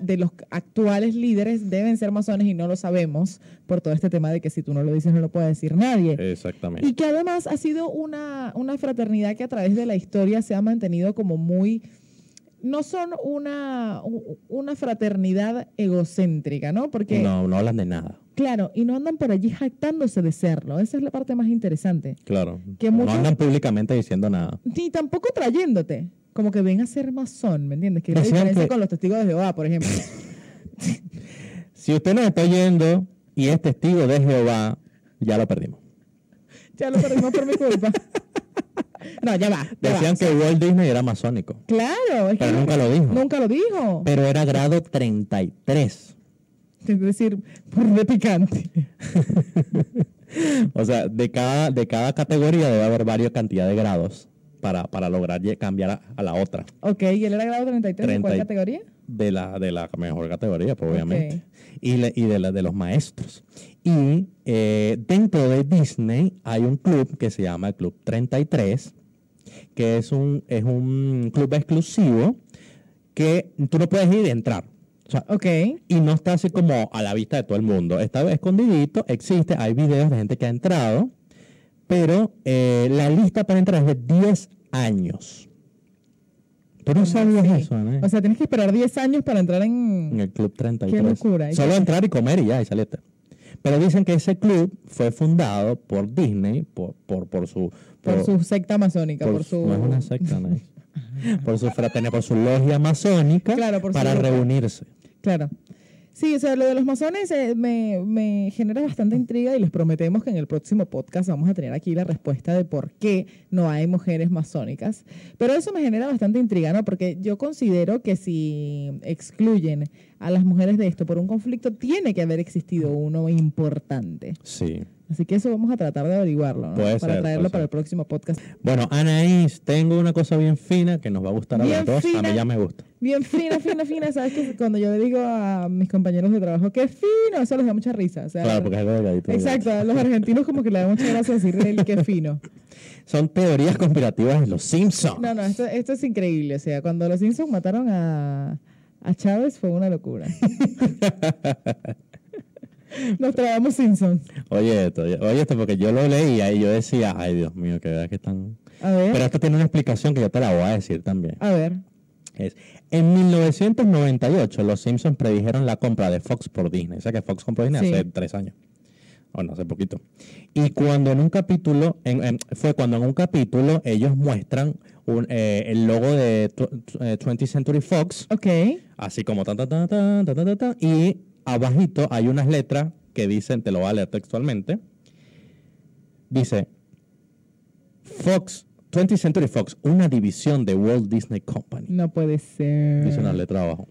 [SPEAKER 2] de los actuales líderes, deben ser masones y no lo sabemos por todo este tema de que si tú no lo dices, no lo puede decir nadie.
[SPEAKER 1] Eh, exactamente.
[SPEAKER 2] Y que además ha sido una, una fraternidad que a través de la historia se ha mantenido como muy... No son una, u- una fraternidad egocéntrica, ¿no? Porque,
[SPEAKER 1] No, no hablan de nada.
[SPEAKER 2] claro, y no andan por allí jactándose de serlo. Esa es la parte más interesante.
[SPEAKER 1] Claro.
[SPEAKER 2] Que
[SPEAKER 1] no
[SPEAKER 2] muchos-
[SPEAKER 1] andan públicamente diciendo nada.
[SPEAKER 2] Ni tampoco trayéndote. Como que ven a ser masón, ¿me entiendes? Que es la
[SPEAKER 1] Decían
[SPEAKER 2] diferencia
[SPEAKER 1] que-
[SPEAKER 2] con los testigos de Jehová, por ejemplo.
[SPEAKER 1] Si usted nos está oyendo y es testigo de Jehová, ya lo perdimos.
[SPEAKER 2] ya lo perdimos por mi culpa. no, ya va. ya va.
[SPEAKER 1] Decían que Walt Disney era masónico,
[SPEAKER 2] Claro, es que
[SPEAKER 1] pero nunca lo dijo.
[SPEAKER 2] nunca lo dijo.
[SPEAKER 1] Pero era grado 33.
[SPEAKER 2] Es decir, por de picante.
[SPEAKER 1] <laughs> O sea, de cada, de cada categoría debe haber varias cantidades de grados para, para lograr lle- cambiar a, a la otra.
[SPEAKER 2] Ok, y él era grado 33, ¿en cuál
[SPEAKER 1] Treinta y-
[SPEAKER 2] categoría?
[SPEAKER 1] De la, de la mejor categoría, pues, obviamente. Y, la- y de, la, de los maestros. Y eh, dentro de Disney hay un club que se llama el Club 33, que es un, es un club exclusivo que tú no puedes ir y entrar. O sea,
[SPEAKER 2] Ok,
[SPEAKER 1] y no está así como a la vista de todo el mundo. Está escondidito, existe, hay videos de gente que ha entrado, pero eh, la lista para entrar es de 10 años. ¿Tú no sabías
[SPEAKER 2] así?
[SPEAKER 1] eso, Ana?
[SPEAKER 2] o sea, tienes que esperar 10 años para entrar
[SPEAKER 1] en
[SPEAKER 2] en...
[SPEAKER 1] el Club 33.
[SPEAKER 2] Qué locura, ¿y
[SPEAKER 1] Solo
[SPEAKER 2] qué?
[SPEAKER 1] entrar y comer y ya, y saliste. Pero dicen que ese club fue fundado por Disney, por, por, por su...
[SPEAKER 2] Por
[SPEAKER 1] por-
[SPEAKER 2] su secta masónica, por, su...
[SPEAKER 1] No es una secta,
[SPEAKER 2] <laughs>
[SPEAKER 1] ¿no? por su fraternidad, por su logia masónica,
[SPEAKER 2] Claro, por su
[SPEAKER 1] para
[SPEAKER 2] grupo.
[SPEAKER 1] reunirse.
[SPEAKER 2] Claro. Sí, o sea, lo de los masones eh, me, me genera bastante intriga y les prometemos que en el próximo podcast vamos a tener aquí la respuesta de por qué no hay mujeres masónicas. Pero eso me genera bastante intriga, ¿no? Porque yo considero que si excluyen a las mujeres de esto por un conflicto, tiene que haber existido uno importante.
[SPEAKER 1] Sí.
[SPEAKER 2] Así que eso vamos a tratar de averiguarlo, ¿no?
[SPEAKER 1] Puede
[SPEAKER 2] para
[SPEAKER 1] ser,
[SPEAKER 2] traerlo
[SPEAKER 1] puede
[SPEAKER 2] para
[SPEAKER 1] ser.
[SPEAKER 2] el próximo podcast.
[SPEAKER 1] Bueno, Anaís, tengo una cosa bien fina que nos va a gustar a
[SPEAKER 2] Bien
[SPEAKER 1] los dos. A
[SPEAKER 2] fina.
[SPEAKER 1] mí ya me gusta.
[SPEAKER 2] Bien fina, fina, fina. Sabes que cuando yo le digo a mis compañeros de trabajo, qué fino, eso les da mucha risa. O sea,
[SPEAKER 1] Claro, porque es algo delgadito.
[SPEAKER 2] Exacto, a los argentinos como que le da mucha gracia decirle el qué fino.
[SPEAKER 1] digamos. Son teorías conspirativas de los Simpsons.
[SPEAKER 2] No, no, esto, esto es increíble. O sea, cuando los Simpsons mataron a, a Chávez fue
[SPEAKER 1] <laughs>
[SPEAKER 2] una locura. Nos tragamos Simpsons.
[SPEAKER 1] Oye, esto, oye oye esto, porque yo lo leía y yo decía, ay Dios mío, qué verdad que están.
[SPEAKER 2] A ver,
[SPEAKER 1] Pero esto tiene una explicación que yo te la voy a decir también.
[SPEAKER 2] a ver.
[SPEAKER 1] Es, en 1998, los Simpsons predijeron la compra de Fox por Disney. O sea que Fox compró Disney
[SPEAKER 2] Sí.
[SPEAKER 1] hace tres años. O no, hace poquito. Y cuando en un capítulo, en- en- fue cuando en un capítulo ellos muestran un, eh, el logo de tw- eh, 20th Century Fox,
[SPEAKER 2] Ok,
[SPEAKER 1] así como tan, tan, tan, tan, tan, tan, tan, tan, y abajito hay unas letras que dicen, te lo voy a leer textualmente, dice, Fox, 20th Century Fox, una división de Walt Disney Company.
[SPEAKER 2] no puede ser.
[SPEAKER 1] Dice una letra abajo.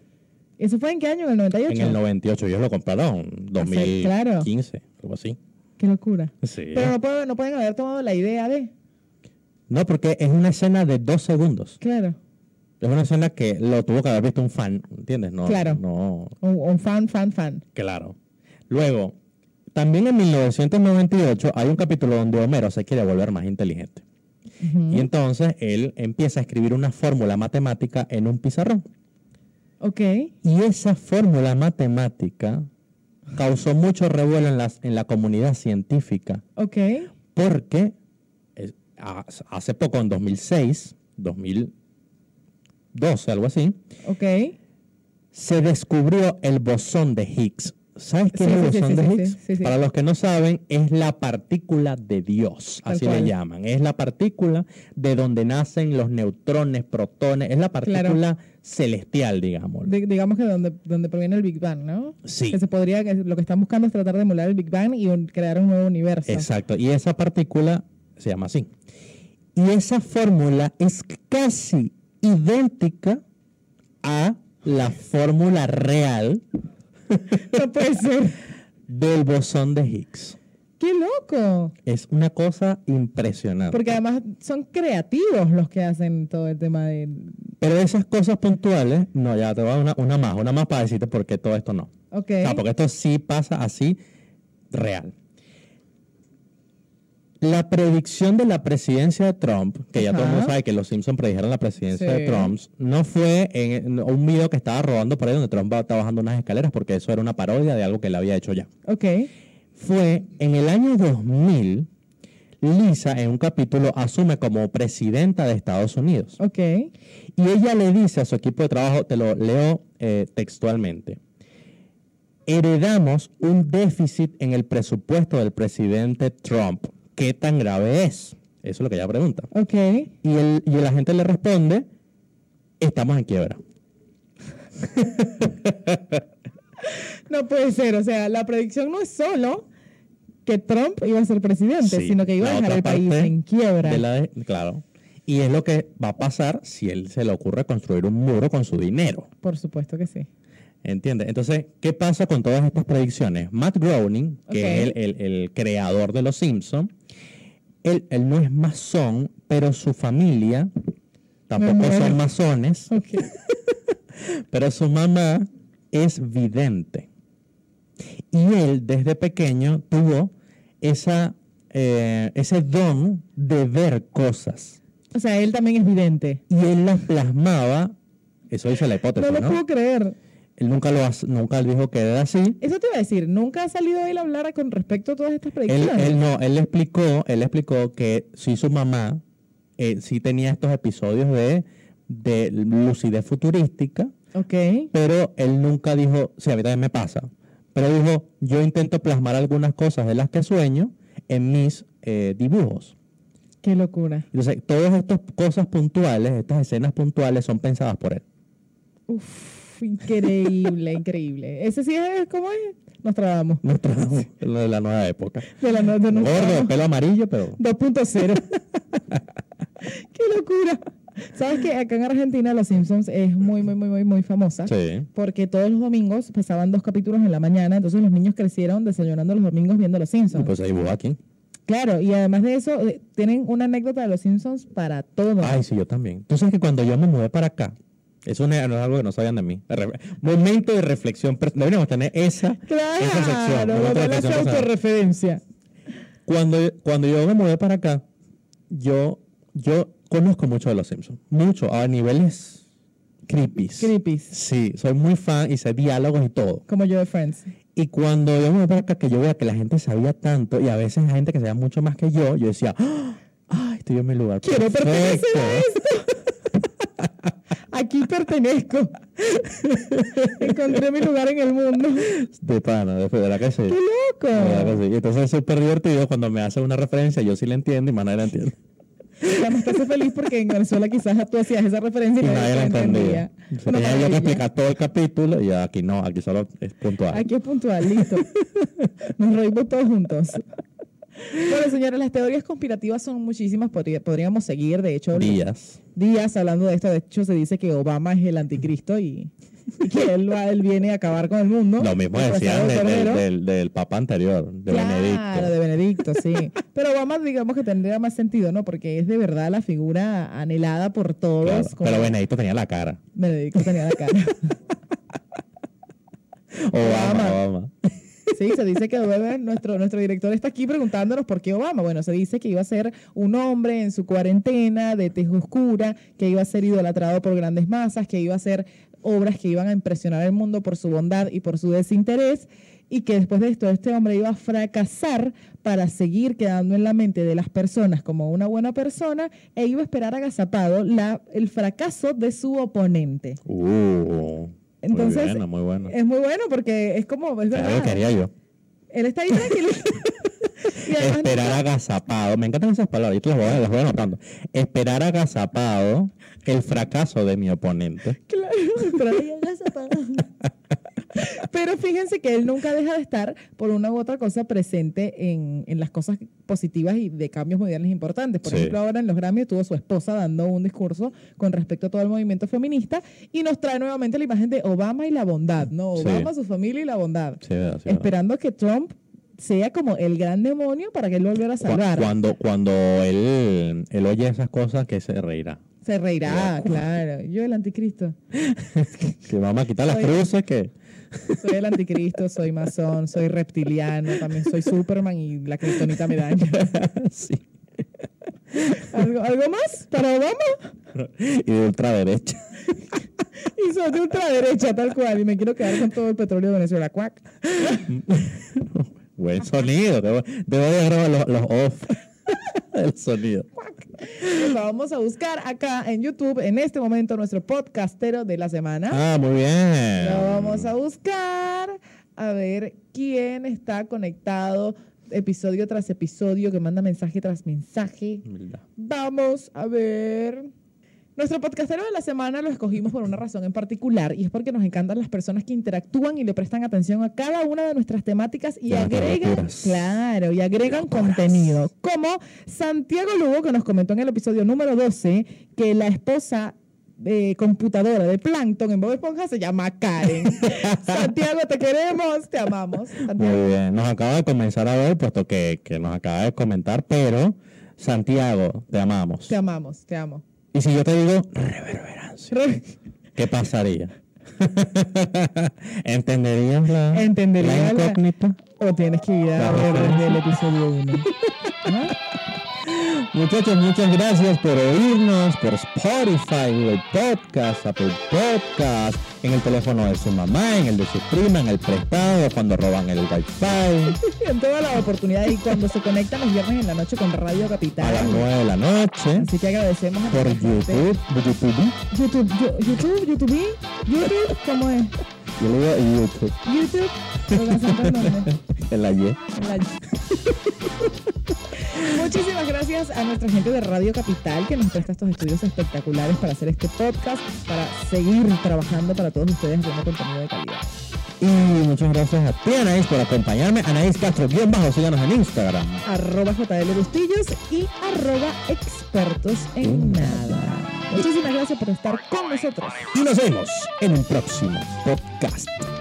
[SPEAKER 2] ¿Eso fue en qué año? ¿En el 98?
[SPEAKER 1] En el 98 ellos lo compraron,
[SPEAKER 2] Hace- claro.
[SPEAKER 1] 2015, algo así.
[SPEAKER 2] Qué locura.
[SPEAKER 1] Sí.
[SPEAKER 2] Pero no, puedo- no pueden haber tomado la idea de...
[SPEAKER 1] No, porque es una escena de dos segundos.
[SPEAKER 2] Claro.
[SPEAKER 1] Es una escena que lo tuvo que haber visto un fan, ¿entiendes? No,
[SPEAKER 2] Claro.
[SPEAKER 1] No,
[SPEAKER 2] Un, un fan, fan, fan.
[SPEAKER 1] claro. Luego, también en 1998 hay un capítulo donde Homero se quiere volver más inteligente.
[SPEAKER 2] Ujú.
[SPEAKER 1] Y entonces él empieza a escribir una fórmula matemática en un pizarrón.
[SPEAKER 2] Ok.
[SPEAKER 1] Y esa fórmula matemática causó mucho revuelo en, las- en la comunidad científica,
[SPEAKER 2] Ok.
[SPEAKER 1] porque eh, ha- hace poco, en 2006, 2012, algo así,
[SPEAKER 2] Ok.
[SPEAKER 1] se descubrió el bosón de Higgs. ¿Sabes qué es
[SPEAKER 2] Sí,
[SPEAKER 1] el
[SPEAKER 2] sí, sí,
[SPEAKER 1] bosón
[SPEAKER 2] sí,
[SPEAKER 1] de
[SPEAKER 2] sí,
[SPEAKER 1] Higgs?
[SPEAKER 2] sí, sí.
[SPEAKER 1] Para los que no saben, es la partícula de Dios,
[SPEAKER 2] Tal
[SPEAKER 1] así
[SPEAKER 2] cual.
[SPEAKER 1] le llaman. Es la partícula de donde nacen los neutrones, protones, es la partícula celestial, digamos.
[SPEAKER 2] De- digamos que donde, donde proviene el Big Bang, ¿no?
[SPEAKER 1] Sí.
[SPEAKER 2] Que se podría, que lo que están buscando es tratar de emular el Big Bang y un- crear un nuevo universo.
[SPEAKER 1] Exacto, y esa partícula se llama así. Y esa fórmula es casi idéntica a la fórmula real
[SPEAKER 2] <laughs> No puede ser.
[SPEAKER 1] del bosón de Higgs.
[SPEAKER 2] ¡Qué loco!
[SPEAKER 1] Es una cosa impresionante.
[SPEAKER 2] Porque además son creativos los que hacen todo el tema de...
[SPEAKER 1] Pero de esas cosas puntuales, no, ya te voy a dar una, una más, una más para decirte por qué todo esto no.
[SPEAKER 2] Ok.
[SPEAKER 1] O sea, porque esto sí pasa así, real. La predicción de la presidencia de Trump, que ya todo el mundo
[SPEAKER 2] Ajá.
[SPEAKER 1] sabe que los Simpsons predijeron la presidencia
[SPEAKER 2] Sí.
[SPEAKER 1] de Trump, no fue en en un video que estaba rodando por ahí donde Trump va- estaba bajando unas escaleras, porque eso era una parodia de algo que él había hecho ya.
[SPEAKER 2] Ok.
[SPEAKER 1] Fue en el año 2000, Lisa en un capítulo asume como presidenta de Estados Unidos.
[SPEAKER 2] Ok.
[SPEAKER 1] Y ella le dice a su equipo de trabajo, te lo leo eh, textualmente, heredamos un déficit en el presupuesto del presidente Trump. ¿Qué tan grave es? Eso es lo que ella pregunta.
[SPEAKER 2] Ok.
[SPEAKER 1] Y, el, y la gente le responde, estamos en quiebra.
[SPEAKER 2] No puede ser. O sea, la predicción no es solo que Trump iba a ser presidente,
[SPEAKER 1] Sí,
[SPEAKER 2] sino que iba a
[SPEAKER 1] la
[SPEAKER 2] dejar
[SPEAKER 1] otra
[SPEAKER 2] el país
[SPEAKER 1] parte
[SPEAKER 2] en quiebra.
[SPEAKER 1] de la de- claro. Y es lo que va a pasar si él se le ocurre construir un muro con su dinero.
[SPEAKER 2] Por supuesto que sí.
[SPEAKER 1] ¿Entiendes? Entonces, ¿qué pasa con todas estas predicciones? Matt Groening, que es
[SPEAKER 2] Ok.
[SPEAKER 1] el, el- el creador de Los Simpsons, él, él no es masón, pero su familia tampoco
[SPEAKER 2] muero.
[SPEAKER 1] son masones,
[SPEAKER 2] Ok.
[SPEAKER 1] pero su mamá es vidente. Y él, desde pequeño, tuvo esa, eh, ese don de ver cosas.
[SPEAKER 2] O sea, él también es vidente.
[SPEAKER 1] Y él las plasmaba, eso dice la
[SPEAKER 2] No
[SPEAKER 1] hipótesis,
[SPEAKER 2] lo
[SPEAKER 1] ¿no?
[SPEAKER 2] puedo creer.
[SPEAKER 1] Él nunca, lo, as- nunca dijo que era así.
[SPEAKER 2] Eso te iba a decir, nunca ha salido él a hablar con respecto a todas estas
[SPEAKER 1] Él,
[SPEAKER 2] predicciones.
[SPEAKER 1] él no, él explicó, él explicó que sí su mamá eh, sí tenía estos episodios de, de lucidez futurística,
[SPEAKER 2] Ok.
[SPEAKER 1] pero él nunca dijo, sí, a mí también me pasa, pero dijo, yo intento plasmar algunas cosas de las que sueño en mis eh, dibujos.
[SPEAKER 2] Qué locura.
[SPEAKER 1] Entonces, todas estas cosas puntuales, estas escenas puntuales son pensadas por él. <laughs>
[SPEAKER 2] Uf, increíble, <laughs> increíble. Ese sí es, ¿cómo es? Nos trabamos.
[SPEAKER 1] Nuestra- lo de la nueva época.
[SPEAKER 2] De la no- de nos
[SPEAKER 1] Gordo,
[SPEAKER 2] trabamos.
[SPEAKER 1] pelo amarillo, pero... <laughs>
[SPEAKER 2] 2.0. Qué locura. Sabes que acá en Argentina Los Simpsons es muy, muy, muy, muy, muy famosa.
[SPEAKER 1] Sí.
[SPEAKER 2] Porque todos los domingos pasaban dos capítulos en la mañana, entonces los niños crecieron desayunando los domingos viendo Los
[SPEAKER 1] Y
[SPEAKER 2] Simpsons.
[SPEAKER 1] pues ahí hubo aquí.
[SPEAKER 2] Claro, y además de eso, eh, tienen una anécdota de Los Simpsons para todo.
[SPEAKER 1] Ay, sí, yo también. Tú sabes que cuando yo me mudé para acá, eso no es no es algo que no sabían de mí. De re- Momento de reflexión. per- Deberíamos tener esa. esa sección,
[SPEAKER 2] Claro,
[SPEAKER 1] una otra
[SPEAKER 2] donde la
[SPEAKER 1] sección personal.
[SPEAKER 2] autorreferencia.
[SPEAKER 1] Cuando, cuando yo me mudé para acá, yo, yo conozco mucho de los Simpsons. Mucho, a niveles creepy.
[SPEAKER 2] Creepy,
[SPEAKER 1] Sí, soy muy fan y sé diálogos y todo.
[SPEAKER 2] como yo de Friends.
[SPEAKER 1] Y cuando yo me mudé para acá, que yo veía que la gente sabía tanto y a veces hay gente que sabía mucho más que yo, yo decía, ¡Ah! ¡ay, estoy en mi lugar!
[SPEAKER 2] Quiero pertenecer a
[SPEAKER 1] perfecto".
[SPEAKER 2] esto. <laughs> Aquí pertenezco. <laughs> Encontré mi lugar en el mundo. ¡Qué
[SPEAKER 1] De pana, de de verdad que sí. <laughs> La verdad
[SPEAKER 2] loco!
[SPEAKER 1] que sí. Y Entonces es súper divertido cuando me hacen una referencia, yo sí la entiendo y más nadie la entiende.
[SPEAKER 2] Ya me estás feliz porque en Venezuela quizás tú hacías esa referencia
[SPEAKER 1] Y
[SPEAKER 2] y
[SPEAKER 1] nadie la entendía.
[SPEAKER 2] entendía.
[SPEAKER 1] O sea, Tenía
[SPEAKER 2] Una
[SPEAKER 1] yo que
[SPEAKER 2] maravilla.
[SPEAKER 1] explicar todo el capítulo y aquí no, aquí solo es puntual.
[SPEAKER 2] Aquí es puntual, listo. Nos reímos todos juntos. Bueno, señores, las teorías conspirativas son muchísimas. podría- Podríamos seguir, de hecho,
[SPEAKER 1] Días.
[SPEAKER 2] días hablando de esto. De hecho, se dice que Obama es el anticristo y, y que él, va, él viene a acabar con el mundo.
[SPEAKER 1] Lo mismo
[SPEAKER 2] disfrazado
[SPEAKER 1] decían
[SPEAKER 2] de
[SPEAKER 1] de- de-
[SPEAKER 2] cordero.
[SPEAKER 1] del, del papa anterior, de
[SPEAKER 2] Claro,
[SPEAKER 1] Benedicto.
[SPEAKER 2] de Benedicto, sí. Pero Obama, digamos que tendría más sentido, ¿no? Porque es de verdad la figura anhelada por todos.
[SPEAKER 1] Claro,
[SPEAKER 2] como-
[SPEAKER 1] Pero Benedicto tenía la cara.
[SPEAKER 2] Benedicto tenía la cara.
[SPEAKER 1] Obama,
[SPEAKER 2] Obama.
[SPEAKER 1] Obama.
[SPEAKER 2] Sí, se dice que Obama, nuestro, nuestro director está aquí preguntándonos por qué Obama. Bueno, se dice que iba a ser un hombre en su cuarentena de tez oscura, que iba a ser idolatrado por grandes masas, que iba a hacer obras que iban a impresionar al mundo por su bondad y por su desinterés, y que después de esto este hombre iba a fracasar para seguir quedando en la mente de las personas como una buena persona e iba a esperar agazapado la, el fracaso de su oponente.
[SPEAKER 1] Uh,
[SPEAKER 2] Entonces,
[SPEAKER 1] muy bueno, muy bueno.
[SPEAKER 2] Es muy bueno porque es como, es
[SPEAKER 1] Claro
[SPEAKER 2] verdad.
[SPEAKER 1] que haría yo.
[SPEAKER 2] Él está ahí
[SPEAKER 1] <laughs>
[SPEAKER 2] tranquilo. Y además,
[SPEAKER 1] Esperar agazapado. Me encantan esas palabras. Yo te las voy, a- las voy anotando. Esperar agazapado el fracaso de mi oponente.
[SPEAKER 2] claro, pero, pero fíjense que él nunca deja de estar, por una u otra cosa, presente en, en las cosas positivas y de cambios mundiales importantes. Por
[SPEAKER 1] Sí.
[SPEAKER 2] ejemplo, ahora en los Grammy estuvo su esposa dando un discurso con respecto a todo el movimiento feminista y nos trae nuevamente la imagen de Obama y la bondad, ¿no?
[SPEAKER 1] Sí.
[SPEAKER 2] Obama, su familia y la bondad.
[SPEAKER 1] Sí, verdad, sí, verdad.
[SPEAKER 2] esperando que Trump sea como el gran demonio para que él volviera a
[SPEAKER 1] Cu-
[SPEAKER 2] salvar.
[SPEAKER 1] Cuando, cuando él, él oye esas cosas, que se reirá.
[SPEAKER 2] Se reirá, claro. Yo el anticristo.
[SPEAKER 1] Que vamos a quitar las
[SPEAKER 2] Oye.
[SPEAKER 1] cruces, que <laughs>
[SPEAKER 2] Soy el anticristo, soy masón, soy reptiliano, también soy Superman y la criptonita me daña.
[SPEAKER 1] sí.
[SPEAKER 2] ¿Algo, algo más para Obama?
[SPEAKER 1] Y de ultraderecha.
[SPEAKER 2] Y soy de ultraderecha, tal cual. Y me quiero quedar con todo el petróleo de Venezuela. Cuac.
[SPEAKER 1] Buen sonido. Debo, debo de grabar los, los off. <laughs> El sonido.
[SPEAKER 2] Lo vamos a buscar acá en YouTube, en este momento, nuestro podcastero de la semana.
[SPEAKER 1] Ah, muy bien.
[SPEAKER 2] Lo vamos a buscar a ver quién está conectado episodio tras episodio, que manda mensaje tras mensaje.
[SPEAKER 1] Humildad.
[SPEAKER 2] Vamos a ver. Nuestro podcastero de la semana lo escogimos por una razón en particular y es porque nos encantan las personas que interactúan y le prestan atención a cada una de nuestras temáticas y
[SPEAKER 1] De nuestras
[SPEAKER 2] agregan,
[SPEAKER 1] locuras.
[SPEAKER 2] claro, y agregan contenido. Como Santiago Lugo que nos comentó en el episodio número 12 que la esposa de computadora de Plankton en Bob Esponja se llama Karen. Santiago, te queremos, te amamos. Santiago,
[SPEAKER 1] Muy bien, nos acaba de comenzar a ver, puesto que, que nos acaba de comentar, pero Santiago, te amamos.
[SPEAKER 2] te amamos, te amo.
[SPEAKER 1] Y si yo te digo reverberancia, ¿qué pasaría? <laughs> ¿Entenderías la,
[SPEAKER 2] Entendería
[SPEAKER 1] la
[SPEAKER 2] la-
[SPEAKER 1] incógnita?
[SPEAKER 2] <laughs> O tienes que ir a
[SPEAKER 1] Claro,
[SPEAKER 2] ver
[SPEAKER 1] claro.
[SPEAKER 2] desde el episodio 1.
[SPEAKER 1] Muchachos, muchas gracias por oírnos por Spotify, Google Podcast, Apple Podcast, en el teléfono de su mamá, en el de su prima, en el prestado, cuando roban el wifi,
[SPEAKER 2] <laughs> En todas las oportunidades y cuando se conectan los viernes en la noche con
[SPEAKER 1] a
[SPEAKER 2] Radio
[SPEAKER 1] las
[SPEAKER 2] Capital.
[SPEAKER 1] 9 de la noche,
[SPEAKER 2] Así que agradecemos a
[SPEAKER 1] por
[SPEAKER 2] toda la gente.
[SPEAKER 1] YouTube, YouTube,
[SPEAKER 2] YouTube, yo- YouTube, YouTube, YouTube, ¿cómo es?
[SPEAKER 1] yo le digo YouTube,
[SPEAKER 2] YouTube, lo vas a encontrar donde.
[SPEAKER 1] el ayer.
[SPEAKER 2] La- <laughs> Muchísimas gracias a nuestra gente de Radio Capital que nos presta estos estudios espectaculares para hacer este podcast, para seguir trabajando para todos ustedes haciendo contenido de calidad.
[SPEAKER 1] Y muchas gracias a ti, Anaís, por acompañarme. Anaís Castro, bien bajo, síganos en Instagram.
[SPEAKER 2] arroba JL Bustillos y arroba expertos en nada. Muchísimas gracias por estar con nosotros.
[SPEAKER 1] Y nos vemos en un próximo podcast.